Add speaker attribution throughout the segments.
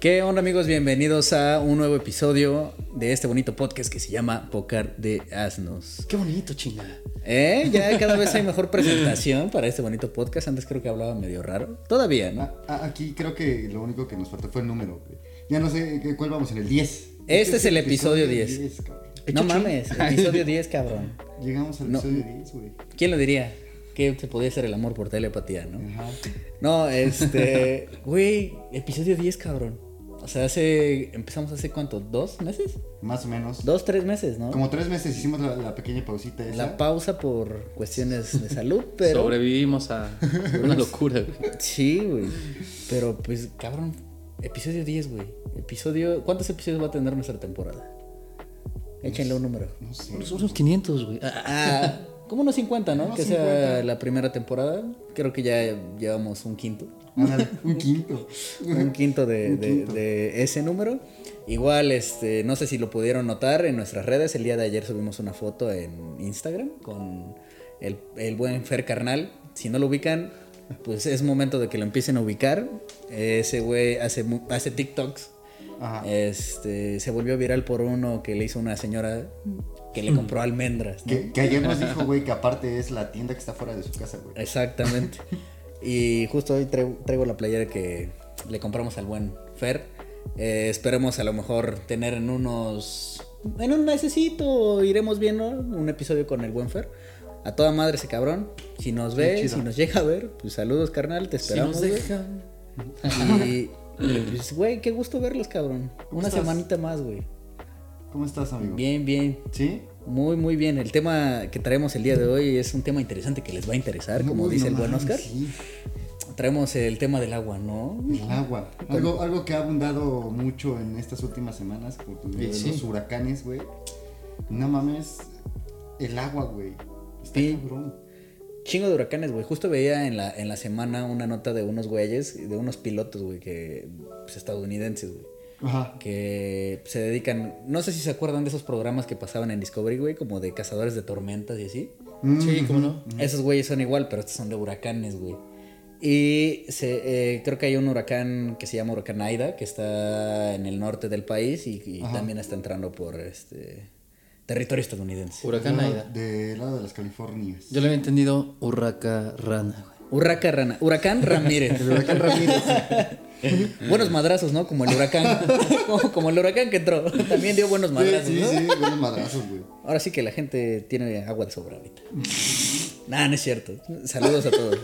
Speaker 1: ¿Qué onda amigos? Bienvenidos a un nuevo episodio de este bonito podcast que se llama Pocar de Asnos.
Speaker 2: Qué bonito, chinga.
Speaker 1: ¿Eh? Ya cada vez hay mejor presentación para este bonito podcast. Antes creo que hablaba medio raro. Todavía, ¿no?
Speaker 2: A- a- Ah, aquí creo que lo único que nos faltó fue el número. güey. Ya no sé qué- cuál vamos en el Este 10.
Speaker 1: Este es el episodio 10.
Speaker 2: cabrón.
Speaker 1: No mames, episodio 10, cabrón.
Speaker 2: Llegamos al
Speaker 1: No.
Speaker 2: episodio 10, güey.
Speaker 1: ¿Quién lo diría? Que se podía hacer el amor por telepatía, ¿no?
Speaker 2: Ajá.
Speaker 1: No, este. Güey, episodio 10, cabrón. O sea, hace. Empezamos hace cuánto? ¿Dos meses?
Speaker 2: Más o menos.
Speaker 1: Dos, tres meses, ¿no?
Speaker 2: Como tres meses hicimos la, la pequeña pausita esa.
Speaker 1: La pausa por cuestiones de salud, pero.
Speaker 3: Sobrevivimos a una locura, güey.
Speaker 1: Sí, güey. Pero pues, cabrón, episodio 10, güey. Episodio. ¿Cuántos episodios va a tener nuestra temporada? Échenle un número.
Speaker 2: no sé.
Speaker 3: Unos, unos 500, güey. Ah,
Speaker 1: Ah, como unos 50, ¿no?
Speaker 2: Unos
Speaker 1: que
Speaker 2: 50.
Speaker 1: sea la primera temporada. Creo que ya llevamos un quinto.
Speaker 2: Ándale, un quinto.
Speaker 1: Un quinto de,
Speaker 2: Un
Speaker 1: de-
Speaker 2: quinto.
Speaker 1: de ese número. Igual, este, no sé si lo pudieron notar en nuestras redes. El día de ayer subimos una foto en Instagram con el, el buen Fer Carnal. Si no lo ubican, pues es momento de que lo empiecen a ubicar. Ese güey hace, mu- hace TikToks.
Speaker 2: Ajá.
Speaker 1: Este, se volvió viral por uno que le hizo una señora que
Speaker 2: Mm.
Speaker 1: le compró almendras. ¿no?
Speaker 2: Que, que ayer nos dijo, güey, que aparte es la tienda que está fuera de su casa,
Speaker 1: Eh,
Speaker 2: güey.
Speaker 1: Exactamente. y justo hoy traigo, traigo la playera que le compramos al buen Fer. Eh, esperemos a lo mejor tener en unos... En un mesecito iremos viendo un episodio con el buen Fer. A toda madre ese cabrón. Si nos ve,
Speaker 2: chido.
Speaker 1: si nos llega a ver, pues saludos carnal, te
Speaker 3: si nos
Speaker 1: esperamos. güey.
Speaker 3: dejan.
Speaker 1: y y, pues, güey, qué gusto verlos cabrón. Una
Speaker 2: estás?
Speaker 1: semanita más, güey.
Speaker 2: ¿Cómo estás, amigo?
Speaker 1: Bien, bien.
Speaker 2: ¿Sí?
Speaker 1: Muy, muy bien. El tema que traemos el día de hoy es un tema interesante que les va a interesar, como
Speaker 2: Uy,
Speaker 1: dice
Speaker 2: no
Speaker 1: el buen
Speaker 2: mames,
Speaker 1: Oscar.
Speaker 2: sí.
Speaker 1: Traemos el tema del agua, ¿no?
Speaker 2: El agua. Algo, algo que ha abundado mucho en estas últimas semanas, por lo de
Speaker 3: Sí.
Speaker 2: los huracanes, güey. No mames, el agua, güey. Está
Speaker 1: Sí.
Speaker 2: cabrón.
Speaker 1: Chingo de huracanes, güey. Justo veía en la, en la semana una nota de unos güeyes, de unos pilotos, güey, que. Pues, estadounidenses, güey.
Speaker 2: Ajá.
Speaker 1: Que se dedican. No sé si se acuerdan de esos programas que pasaban en Discovery, güey, como de cazadores de tormentas y así.
Speaker 2: Mm,
Speaker 3: Sí, cómo no.
Speaker 1: Esos güeyes son igual, pero estos son de huracanes, güey. Y se, eh, creo que hay un huracán que se llama Huracán Aida, que está en el norte del país y, y
Speaker 2: Ajá.
Speaker 1: también está entrando por este territorio estadounidense.
Speaker 3: Huracán
Speaker 2: Del lado-
Speaker 3: Aida.
Speaker 2: Del lado de las Californias.
Speaker 3: Yo le había entendido hurraca rana, güey.
Speaker 1: Huracán, Rana- huracán Ramírez.
Speaker 2: El huracán Ramírez.
Speaker 1: buenos madrazos, ¿no? Como el huracán. como, como el huracán que entró. También dio buenos madrazos,
Speaker 2: sí,
Speaker 1: ¿no?
Speaker 2: sí, sí, buenos madrazos, güey.
Speaker 1: Ahora sí que la gente tiene agua de sobra ahorita. Nah, no es cierto. Saludos a todos.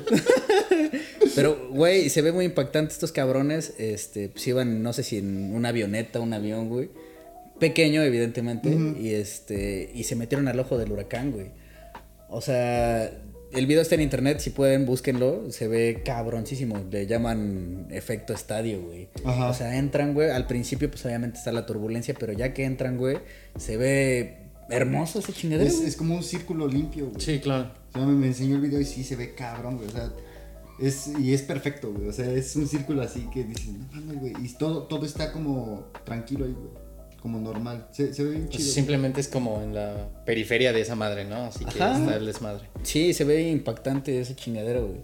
Speaker 1: Pero, güey, se ve muy impactante estos cabrones. Este, pues iban, no sé si en una avioneta, un avión, güey. Pequeño, evidentemente. Y este. Y se metieron al ojo del huracán, güey. O sea. El video está en internet, si pueden, búsquenlo. Se ve cabroncísimo. Le llaman efecto estadio, güey.
Speaker 2: Ajá.
Speaker 1: O sea, entran, güey. Al principio, pues obviamente está la turbulencia, pero ya que entran, güey, se ve hermoso ese chingadero.
Speaker 2: Es,
Speaker 1: güey.
Speaker 2: es como un círculo limpio, güey.
Speaker 3: Sí, claro.
Speaker 2: O sea, me, me enseñó el video y sí se ve cabrón, güey. O sea, es, y es perfecto, güey. O sea, es un círculo así que dices, no mames, güey. Y todo, todo está como tranquilo ahí, güey. Como normal. Se, se ve bien
Speaker 3: Pues
Speaker 2: chido.
Speaker 3: simplemente es como en la periferia de esa madre, ¿no? Así que
Speaker 1: Ajá.
Speaker 3: está el desmadre.
Speaker 1: Sí, se ve impactante ese chingadero, güey.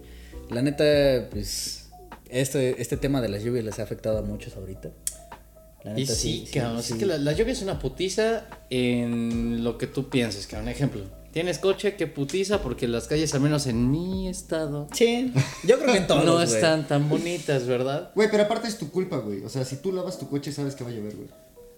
Speaker 1: La neta, pues, este, este tema de las lluvias les ha afectado a muchos ahorita. La
Speaker 3: Y sí, cabrón. Es que la, la lluvia es una putiza en lo que tú pienses, cabrón. Ejemplo, tienes coche que putiza porque las calles, al menos en mi estado,
Speaker 1: Sí, yo creo que en todos,
Speaker 3: no
Speaker 1: güey.
Speaker 3: están tan bonitas, ¿verdad?
Speaker 2: Güey, pero aparte es tu culpa, güey. O sea, si tú lavas tu coche, sabes que va a llover, güey.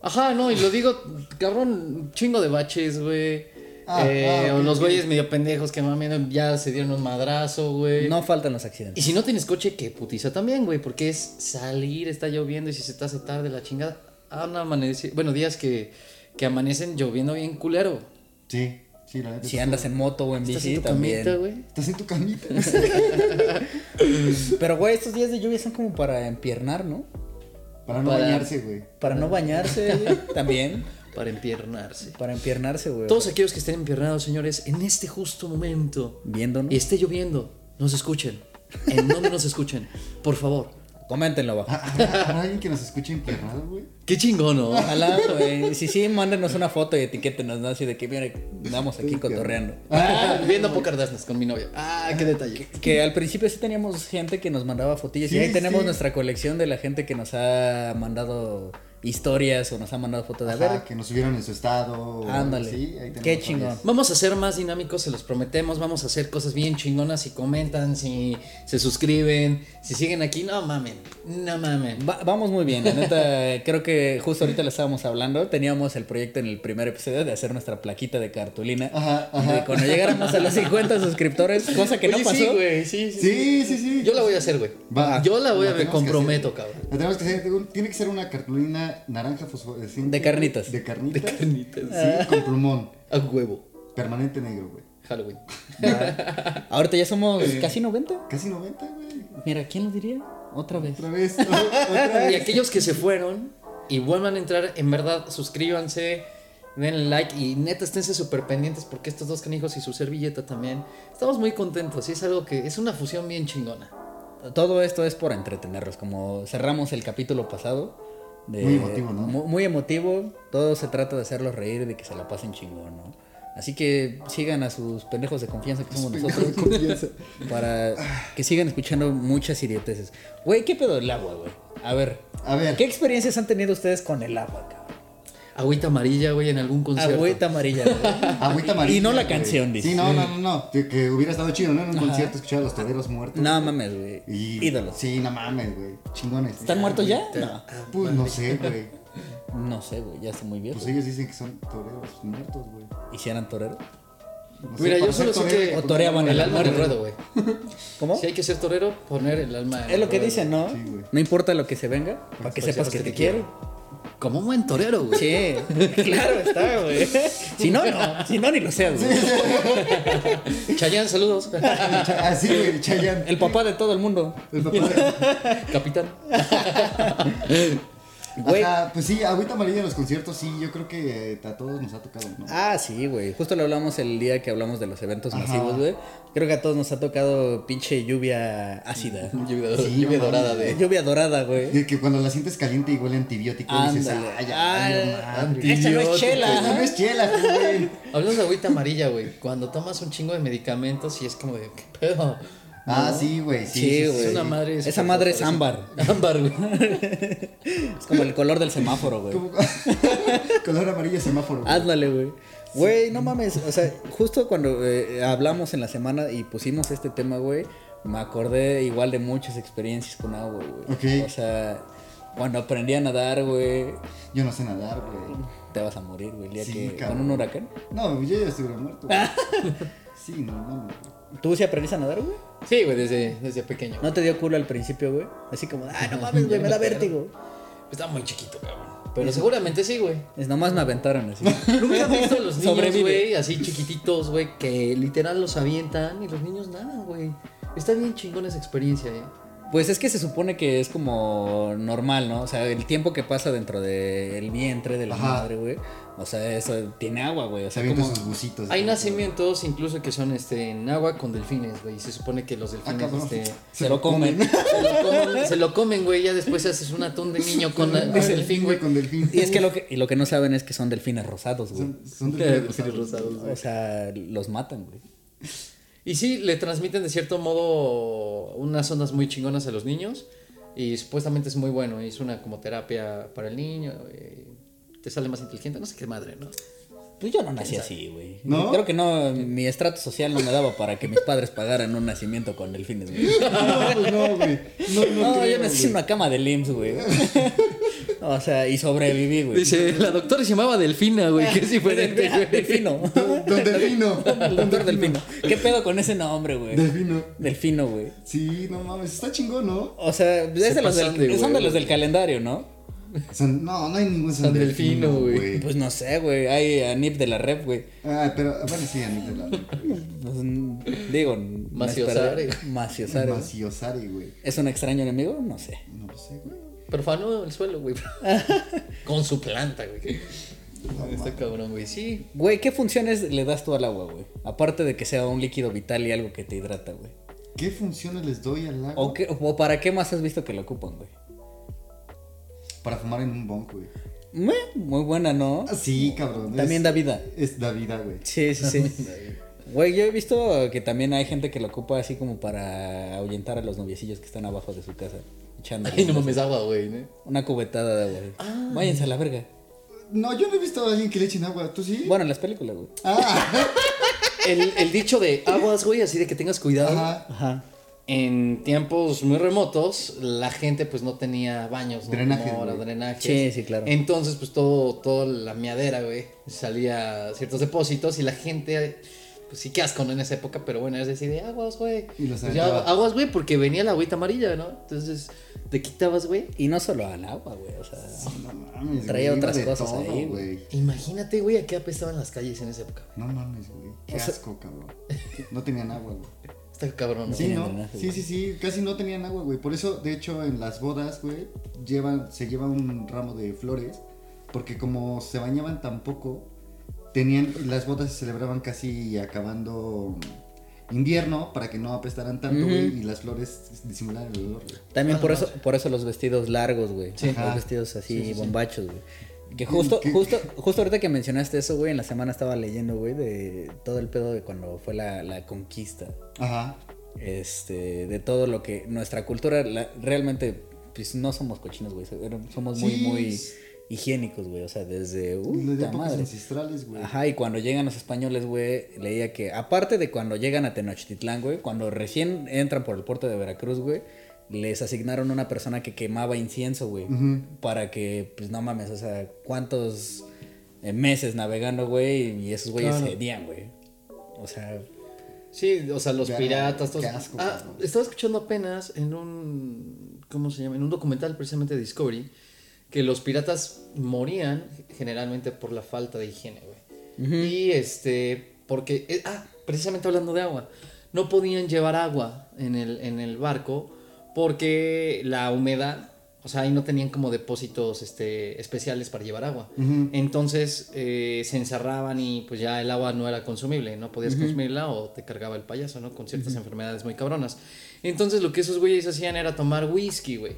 Speaker 3: Ajá, no, y lo digo, cabrón, chingo de baches, güey.
Speaker 2: Ah,
Speaker 3: Eh,
Speaker 2: ah,
Speaker 3: o
Speaker 2: ok,
Speaker 3: los
Speaker 2: ok.
Speaker 3: güeyes medio pendejos que mami ya se dieron un madrazo, güey.
Speaker 1: No faltan los
Speaker 3: Y
Speaker 1: accidentes.
Speaker 3: si no tienes coche, que putiza también, güey, porque es salir, está lloviendo y si se te hace tarde la chingada. Ah, no amanece. Bueno, días que, que amanecen lloviendo bien culero.
Speaker 2: Sí, sí, la neta.
Speaker 1: Si
Speaker 2: estás-
Speaker 1: andas en moto o en
Speaker 3: Estás
Speaker 1: bici
Speaker 3: en tu
Speaker 1: también.
Speaker 3: camita, güey.
Speaker 2: Estás en tu camita.
Speaker 1: Pero, güey, estos días de lluvia son como para empiernar, ¿no?
Speaker 2: Para no
Speaker 3: Para-
Speaker 2: bañarse, güey.
Speaker 1: Para no bañarse, güey, también.
Speaker 3: para empiernarse.
Speaker 1: Para empiernarse, güey.
Speaker 3: Todos aquellos que estén empiernados, señores, en este justo momento
Speaker 1: Viéndonos.
Speaker 3: y esté lloviendo, nos escuchen. ¿En dónde nos escuchen? Por favor.
Speaker 1: Coméntenlo abajo.
Speaker 2: ¿Habrá alguien que nos escuche empiernado, güey?
Speaker 3: Qué chingón, ¿no?
Speaker 1: Ojalá, güey. Si sí, mándenos una foto y etiquétenos, ¿no? Así de que, mire, andamos aquí cotorreando.
Speaker 3: Ah, viendo Poker Dasnas con mi novia. Ah, qué detalle.
Speaker 1: Que al principio sí teníamos gente que nos mandaba fotillas. y
Speaker 2: Sí,
Speaker 1: ahí tenemos
Speaker 2: sí.
Speaker 1: nuestra colección de la gente que nos ha mandado historias o nos ha mandado fotos de a ver.
Speaker 2: Ajá, que nos subieron en su estado. o
Speaker 1: Ándale.
Speaker 2: así, ahí tenemos
Speaker 1: Qué chingón.
Speaker 2: varias.
Speaker 3: Vamos a ser más dinámicos, se los prometemos. Vamos a hacer cosas bien chingonas. Si comentan, si se suscriben, si siguen aquí, no mamen. No mamen.
Speaker 1: Va- vamos muy bien, la neta, creo que justo ahorita le estábamos hablando, teníamos el proyecto en el primer episodio de hacer nuestra plaquita de cartulina.
Speaker 2: Ajá,
Speaker 1: De cuando llegáramos a los 50 suscriptores, cosa que no
Speaker 3: Oye,
Speaker 1: pasó.
Speaker 3: Sí, güey, sí, sí,
Speaker 2: Sí, sí, sí.
Speaker 3: Yo la voy a hacer, güey.
Speaker 2: Va.
Speaker 3: Yo la voy
Speaker 2: La
Speaker 3: a, me
Speaker 2: tenemos que
Speaker 3: comprometo, cabrón.
Speaker 2: La tenemos que hacer, tengo- tiene que ser una cartulina naranja fosforescente.
Speaker 1: De carnitas.
Speaker 2: De carnitas.
Speaker 3: De carnitas.
Speaker 2: Sí, con plumón.
Speaker 3: A huevo.
Speaker 2: Permanente negro, güey.
Speaker 3: Halloween.
Speaker 1: Va. Ahorita ya somos casi 90.
Speaker 2: Casi 90, güey.
Speaker 1: Mira, ¿quién lo diría? Otra vez.
Speaker 2: Otra vez. Otra
Speaker 3: Y
Speaker 2: vez.
Speaker 3: aquellos que se fueron y vuelvan a entrar, en verdad, suscríbanse, denle like y neta, esténse súper pendientes porque estos dos canijos y su servilleta también. Estamos muy contentos y es algo que es una fusión bien chingona.
Speaker 1: Todo esto es por entretenerlos, como cerramos el capítulo pasado. de-
Speaker 2: Muy emotivo, ¿no?
Speaker 1: mu- Muy, emotivo, todo se trata de hacerlos reír, de que se la pasen chingón, ¿no? Así que sigan a sus pendejos de confianza que somos nosotros. Para que sigan escuchando muchas idioteces. Güey, ¿qué pedo el agua, güey? A ver,
Speaker 2: A ver.
Speaker 1: ¿qué experiencias han tenido ustedes con el agua, cabrón?
Speaker 3: Agüita amarilla, güey, en algún concierto.
Speaker 1: Agüita amarilla, güey.
Speaker 2: Agüita amarilla.
Speaker 1: Y no la
Speaker 2: güey.
Speaker 1: canción, dice.
Speaker 2: Sí, no, no, no, no. Que, que hubiera estado chido, ¿no? En un concierto escuchar a los toreros muertos.
Speaker 1: No mames, güey.
Speaker 2: Y-
Speaker 1: Ídolos.
Speaker 2: Sí, no mames, güey. Chingones.
Speaker 1: ¿Están muertos ya? No.
Speaker 2: Pues no sé, güey.
Speaker 1: No sé, güey, ya están muy viejos.
Speaker 2: Pues ellos dicen que son toreros muertos, güey.
Speaker 1: ¿Y si eran toreros?
Speaker 2: No sé,
Speaker 3: Mira, yo
Speaker 2: para
Speaker 3: solo
Speaker 2: ser
Speaker 3: sé
Speaker 2: torero, pues,
Speaker 3: que.
Speaker 1: O toreaban
Speaker 3: el
Speaker 1: a la
Speaker 3: alma en el
Speaker 1: muerte.
Speaker 3: ruedo, güey.
Speaker 1: ¿Cómo?
Speaker 3: Si hay que ser torero, poner el alma. en
Speaker 1: Es
Speaker 3: el
Speaker 1: lo que
Speaker 3: ruedo.
Speaker 1: dicen, ¿no?
Speaker 2: Sí, güey.
Speaker 1: no importa lo que se venga, para que
Speaker 3: Pues
Speaker 1: sepas
Speaker 3: sepas
Speaker 1: que,
Speaker 3: que
Speaker 1: te
Speaker 3: te
Speaker 1: quiero.
Speaker 3: Como un buen torero, güey.
Speaker 1: Sí, claro está, güey. Si no, no. Si no, ni lo seas, güey.
Speaker 3: Chayán, saludos.
Speaker 2: Cha- Ah, sí, güey, Chayanne.
Speaker 1: El papá de todo el mundo.
Speaker 2: El papá de-
Speaker 3: Capitán.
Speaker 1: Güey.
Speaker 2: Ajá, pues sí, agüita amarilla en los conciertos, sí, yo creo que eh, a todos nos ha tocado, ¿no?
Speaker 1: Ah, sí, güey. Justo lo hablamos el día que hablamos de los eventos
Speaker 2: Ajá.
Speaker 1: masivos, güey. Creo que a todos nos ha tocado pinche lluvia ácida.
Speaker 3: Lluvia,
Speaker 2: Sí,
Speaker 3: lluvia
Speaker 2: no
Speaker 3: dorada
Speaker 2: mames.
Speaker 3: de.
Speaker 1: Lluvia dorada, güey.
Speaker 2: De que cuando la sientes caliente y huele a antibiótico, dices,
Speaker 1: Ándale.
Speaker 2: ay, ay,
Speaker 1: Ah,
Speaker 2: madre.
Speaker 1: esa no
Speaker 3: antibiótico.
Speaker 1: es
Speaker 2: Eso no
Speaker 1: chela.
Speaker 2: es chela, güey.
Speaker 3: Hablando de agüita amarilla, güey. Cuando tomas un chingo de medicamentos y es como de, ¿qué pedo?
Speaker 2: Ah, sí, güey,
Speaker 1: Sí,
Speaker 2: sí, sí, sí,
Speaker 1: güey.
Speaker 3: Es una madre.
Speaker 1: Esa madre es ámbar.
Speaker 3: Ámbar, güey.
Speaker 1: Es como el color del semáforo, güey.
Speaker 2: Como- Color amarillo semáforo. güey.
Speaker 1: Ándale, güey. Güey, no mames. O sea, justo cuando eh, hablamos en la semana y pusimos este tema, güey, me acordé igual de muchas experiencias con agua, güey.
Speaker 2: Ok.
Speaker 1: O sea, cuando aprendí a nadar, güey,
Speaker 2: Yo no sé nadar, güey.
Speaker 1: te vas a morir, güey. el día
Speaker 2: Sí,
Speaker 1: que- con
Speaker 2: cabrón.
Speaker 1: un huracán.
Speaker 2: No, yo ya estuviera muerto. güey. sí, no, no, güey.
Speaker 1: ¿Tú sí aprendiste a nadar, güey?
Speaker 3: Sí, güey, desde, desde pequeño.
Speaker 1: ¿No te dio culo al principio, güey? Así como, ah, no mames, güey, me da vértigo.
Speaker 3: Estaba muy chiquito, cabrón. Pero seguramente sí, güey.
Speaker 1: Es nomás me aventaron así.
Speaker 3: Nunca has visto a los niños,
Speaker 1: Sobrevive.
Speaker 3: güey, así chiquititos, güey, que literal los avientan y los niños nadan, güey. Está bien chingón esa experiencia, eh.
Speaker 1: Pues es que se supone que es como normal, ¿no? O sea, el tiempo que pasa dentro del vientre de la
Speaker 2: Ajá.
Speaker 1: madre, güey. O sea, eso tiene agua, güey. O
Speaker 2: Se
Speaker 1: sea,
Speaker 2: avientan
Speaker 1: como...
Speaker 2: sus bucitos.
Speaker 3: Hay
Speaker 2: güey.
Speaker 3: nacimientos incluso que son este, en agua con delfines, güey. Y se supone que los
Speaker 2: Ah,
Speaker 3: delfines
Speaker 2: cabrón.
Speaker 3: este,
Speaker 1: Se lo comen.
Speaker 3: se lo comen- se lo comen, güey. Ya después haces un atún de niño con
Speaker 2: Ah,
Speaker 3: dice delfín, güey.
Speaker 2: Con delfín.
Speaker 1: Y es que lo que, y lo que no saben es que son delfines rosados, güey.
Speaker 2: Son, son
Speaker 3: Eh,
Speaker 2: delfines
Speaker 3: delfines rosados, güey.
Speaker 1: O sea, los matan, güey.
Speaker 3: Y sí, le transmiten de cierto modo unas ondas muy chingonas a los niños. Y supuestamente es muy bueno. Es una como terapia para el niño. eh, te sale más inteligente. No sé qué madre, ¿no?
Speaker 1: Pues yo no nací así, güey.
Speaker 2: ¿No?
Speaker 1: Creo que no, mi estrato social no me daba para que mis padres pagaran un nacimiento con delfines, güey.
Speaker 2: No, pues no, güey. No, no,
Speaker 1: No,
Speaker 2: creo,
Speaker 1: yo nací en
Speaker 2: güey.
Speaker 1: una cama de LIMS, güey. O sea, y sobreviví, güey.
Speaker 3: Dice, la doctora se llamaba Delfina, güey. Que es diferente,
Speaker 1: Ah,
Speaker 3: güey.
Speaker 1: Delfino.
Speaker 2: Don Delfino.
Speaker 1: El doctor Delfino. ¿Qué pedo con ese nombre, güey?
Speaker 2: Delfino.
Speaker 1: Delfino, güey.
Speaker 2: Sí, no mames, está chingón, ¿no?
Speaker 1: O sea, es
Speaker 3: Se
Speaker 1: de los del-
Speaker 3: pasan de
Speaker 1: son de los
Speaker 3: huevos,
Speaker 1: del calendario, ¿no?
Speaker 2: San- no, no hay ningún San,
Speaker 3: San Delfino, güey.
Speaker 1: Pues no sé, güey. Hay a Nip de la Rep, güey.
Speaker 2: Ah, pero bueno, sí, a mí te la
Speaker 1: Pues, mm, digo,
Speaker 3: Maciosare.
Speaker 1: Maciosare.
Speaker 2: Maciosari, güey.
Speaker 1: ¿Es un extraño enemigo? No sé.
Speaker 2: No lo sé, güey.
Speaker 3: Profanó el suelo, güey. Con su planta, güey. Está cabrón, güey. Sí,
Speaker 1: Güey, ¿qué funciones le das tú al agua, güey? Aparte de que sea un líquido vital y algo que te hidrata, güey.
Speaker 2: ¿Qué funciones les doy al agua?
Speaker 1: ¿O, qué- o para qué más has visto que lo ocupan, güey?
Speaker 2: Para fumar en un bong, güey.
Speaker 1: Meh, Muy buena, ¿no?
Speaker 2: Ah, Sí, cabrón.
Speaker 1: También
Speaker 2: es-
Speaker 1: da vida.
Speaker 2: Es da vida, güey.
Speaker 1: Sí, sí, sí. Güey, yo he visto que también hay gente que lo ocupa así como para ahuyentar a los noviecillos que están abajo de su casa. Echando
Speaker 3: Ay, no Ah. mames, agua, güey. ¿no?
Speaker 1: una cubetada de agua. güey. Váyanse a la verga.
Speaker 2: No, yo no he visto a alguien que le echen agua. ¿Tú sí?
Speaker 1: Bueno, en las películas, güey.
Speaker 2: Ah,
Speaker 3: El, el dicho de aguas, güey, así de que tengas cuidado.
Speaker 2: ajá.
Speaker 1: Ajá.
Speaker 3: En tiempos muy remotos, la gente pues no tenía baños, ¿no?
Speaker 2: Drenajes,
Speaker 3: Como ahora,
Speaker 2: güey.
Speaker 3: drenajes.
Speaker 1: Sí, sí, claro.
Speaker 3: Entonces, pues todo, toda la miadera, güey, salía a ciertos depósitos y la gente, pues sí que asco, ¿no? En esa época, pero bueno, es decir, de aguas, güey.
Speaker 2: Y los
Speaker 3: Pues, ya,
Speaker 2: aventaba.
Speaker 3: aguas, güey, porque venía la agüita amarilla, ¿no? Entonces, te quitabas, güey.
Speaker 1: Y no solo al agua, güey. O sea,
Speaker 2: No mames,
Speaker 1: Traía
Speaker 2: güey,
Speaker 1: otras
Speaker 2: iba de
Speaker 1: cosas ahí,
Speaker 2: güey.
Speaker 3: Imagínate, güey, a qué apestaban las calles en esa época.
Speaker 2: No mames, güey. Qué asco, cabrón. No tenían agua, güey.
Speaker 3: Está cabrón, ¿no?
Speaker 2: Sí,
Speaker 1: tenían
Speaker 2: ¿no?
Speaker 1: drenaje,
Speaker 2: Sí,
Speaker 1: güey.
Speaker 2: sí, sí. Casi no tenían agua, güey. Por eso, de hecho, en las bodas, güey, llevan, se lleva un ramo de flores. Porque como se bañaban tan poco, tenían, las bodas se celebraban casi acabando invierno para que no apestaran tanto, güey. Y las flores disimularan el olor, güey.
Speaker 1: también por eso, por eso los vestidos largos, güey.
Speaker 3: Sí.
Speaker 1: Los
Speaker 2: Ajá.
Speaker 1: vestidos así, bombachos, güey. Que justo,
Speaker 2: ¿Qué-
Speaker 1: justo, justo ahorita que mencionaste eso, güey, en la semana estaba leyendo, güey, de todo el pedo de cuando fue la, la conquista.
Speaker 2: Ajá.
Speaker 1: este, de todo lo que nuestra cultura, la- realmente, pues no somos cochinos, güey. Somos muy,
Speaker 2: Sí.
Speaker 1: muy higiénicos, güey. O sea, desde. uh,
Speaker 2: Desde
Speaker 1: puta
Speaker 2: épocas
Speaker 1: madre.
Speaker 2: ancestrales, güey.
Speaker 1: Ajá, y cuando llegan los españoles, güey, leía que, aparte de cuando llegan a Tenochtitlán, güey, cuando recién entran por el puerto de Veracruz, güey, les asignaron una persona que quemaba incienso, güey, para que, pues no mames, o sea, cuántos eh, meses navegando, güey, y esos güeyes
Speaker 3: Claro.
Speaker 1: cedían, güey. O sea,
Speaker 3: Sí, o sea, los
Speaker 2: Ya,
Speaker 3: piratas, todos.
Speaker 2: qué asco,
Speaker 3: ah,
Speaker 2: cabrón.
Speaker 3: estaba escuchando apenas en un. ¿Cómo se llama? En un documental precisamente de Discovery. Que los piratas morían generalmente por la falta de higiene, güey. Y este. Porque. eh, ah, precisamente hablando de agua. No podían llevar agua en el, en el barco. Porque la humedad. O sea, ahí no tenían como depósitos este, especiales para llevar agua. Entonces eh, se encerraban y pues ya el agua no era consumible, no podías consumirla o te cargaba el payaso, ¿no? Con ciertas enfermedades muy cabronas. Entonces lo que esos güeyes hacían era tomar whisky, güey.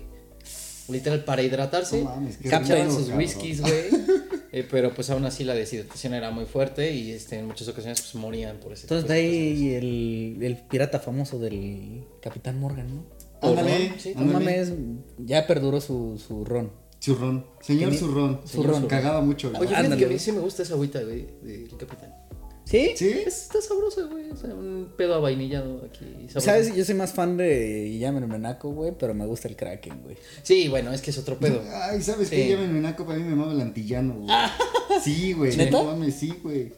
Speaker 3: Literal, para hidratarse,
Speaker 2: No mames, qué
Speaker 3: captaban
Speaker 2: rico,
Speaker 3: sus
Speaker 2: cabrón.
Speaker 3: whiskies, güey. Eh, pero pues aún así la deshidratación era muy fuerte y este, en muchas ocasiones pues morían por ese
Speaker 1: Entonces de
Speaker 3: tipo
Speaker 1: ahí el, el pirata famoso del Capitán Morgan, ¿no?
Speaker 2: Ándale,
Speaker 3: Ron, sí.
Speaker 1: No
Speaker 2: ándale.
Speaker 1: mames, ya perduró su, su ron.
Speaker 2: Churrón. Señor Zurrón.
Speaker 1: Zurrón.
Speaker 2: Cagaba mucho, güey.
Speaker 3: Oye, fíjate
Speaker 1: Ándale,
Speaker 3: que a
Speaker 1: güey.
Speaker 3: mí sí me gusta esa agüita, güey, del capitán.
Speaker 1: ¿Sí?
Speaker 2: ¿Sí?
Speaker 3: Es- está sabrosa, güey. O sea, un pedo avainillado aquí. sabroso.
Speaker 1: ¿Sabes? Yo soy más fan de y llámenme Menaco, güey, pero me gusta el Kraken, güey.
Speaker 3: Sí, bueno, es que es otro pedo.
Speaker 2: Ay, ¿sabes
Speaker 3: Sí.
Speaker 2: qué? Llévenme una copa, a mí me mama el antillano, güey. Sí, güey.
Speaker 1: ¿Neta?
Speaker 2: No mames, sí, güey.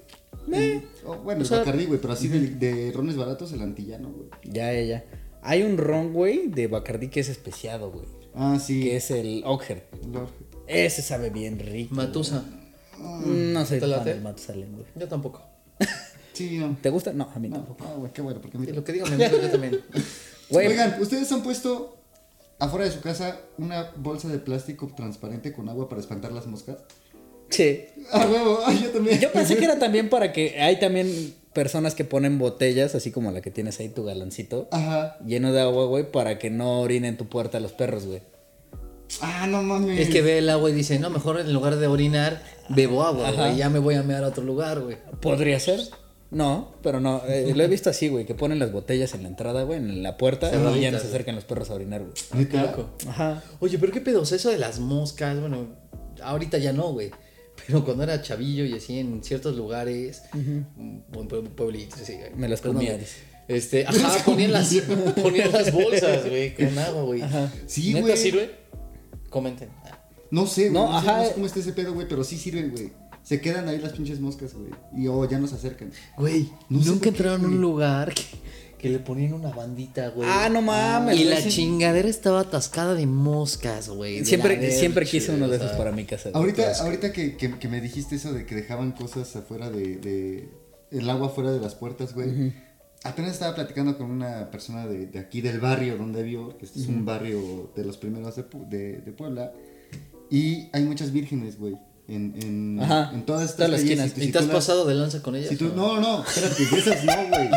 Speaker 2: Oh, bueno,
Speaker 3: sea-
Speaker 2: el Bacardí, güey, pero así de, de rones baratos, el antillano, güey.
Speaker 1: Ya, ya, ya. Hay un ron, güey, de Bacardí que es especiado, güey.
Speaker 2: Ah, sí.
Speaker 1: Que es el Oger.
Speaker 2: Lord.
Speaker 1: Ese sabe bien rico.
Speaker 3: Matusa.
Speaker 1: Mm, No soy
Speaker 3: ¿Te
Speaker 1: fan
Speaker 3: late?
Speaker 1: del Matusalén, güey.
Speaker 3: Yo tampoco.
Speaker 2: Sí, no.
Speaker 1: ¿Te gusta? No, a mí
Speaker 2: No,
Speaker 1: no.
Speaker 2: ah, güey, qué bueno, porque a mí
Speaker 3: Y lo que digo, mi amigo, yo también.
Speaker 1: Güey,
Speaker 2: Oigan, ¿ustedes han puesto afuera de su casa una bolsa de plástico transparente con agua para espantar las moscas?
Speaker 1: che.
Speaker 2: Ah, huevo, ah, yo también.
Speaker 1: Yo pensé que era también para que hay también personas que ponen botellas, así como la que tienes ahí tu galancito,
Speaker 2: Ajá.
Speaker 1: lleno de agua, güey, para que no orinen tu puerta los perros, güey.
Speaker 2: Ah, no mames.
Speaker 3: Es que ve el agua y dice, no, mejor en lugar de orinar, bebo agua, güey. Ya me voy a mear a otro lugar, güey.
Speaker 1: ¿Podría ser? No, pero no. eh, lo he visto así, güey, que ponen las botellas en la entrada, güey, en la puerta, y ya no se acercan los perros a orinar, güey.
Speaker 2: ¿Neta?
Speaker 1: Ajá.
Speaker 3: Oye, pero qué pedo, o sea, eso de las moscas, bueno, ahorita ya no, güey. Pero cuando era chavillo y así en ciertos lugares, o en pue- pueblitos, así, güey.
Speaker 1: Me las
Speaker 3: Perdón,
Speaker 1: comía,
Speaker 3: güey.
Speaker 1: dice.
Speaker 3: Este, ajá, ponían las, ponían las bolsas, güey, con agua, güey.
Speaker 2: Sí,
Speaker 3: ¿Neta
Speaker 2: güey.
Speaker 3: sirve? Comenten.
Speaker 2: No sé, güey.
Speaker 1: No,
Speaker 2: No, sé-
Speaker 1: ajá.
Speaker 2: no sé cómo está ese pedo, güey, pero sí sirven, güey. Se quedan ahí las pinches moscas, güey. Y oh, ya nos acercan.
Speaker 3: Güey,
Speaker 2: No sé por
Speaker 3: nunca
Speaker 2: qué,
Speaker 3: entraron a un
Speaker 2: güey.
Speaker 3: lugar que, que le ponían una bandita, güey.
Speaker 1: Ah, no mames.
Speaker 3: Y
Speaker 1: güey,
Speaker 3: la
Speaker 1: sí.
Speaker 3: chingadera estaba atascada de moscas, güey. de la
Speaker 1: Siempre,
Speaker 3: verga,
Speaker 1: siempre quise uno de esos
Speaker 3: o sea.
Speaker 1: para mi casa. güey.
Speaker 2: Ahorita, ahorita que, que- que me dijiste eso de que dejaban cosas afuera de, de- el agua afuera de las puertas, güey. Apenas estaba platicando con una persona de, de aquí del barrio donde vivo, que este es un barrio de los primeros de, Pu- de- de Puebla, y hay muchas vírgenes, güey. en, en,
Speaker 1: Ajá.
Speaker 2: en todas estas
Speaker 1: Todas las
Speaker 2: calles,
Speaker 1: esquinas.
Speaker 2: si
Speaker 3: ¿Y
Speaker 2: si
Speaker 3: te has
Speaker 2: tú las-
Speaker 3: pasado de lanza con ella?
Speaker 2: si tú- no, no, espérate, de esas no, güey.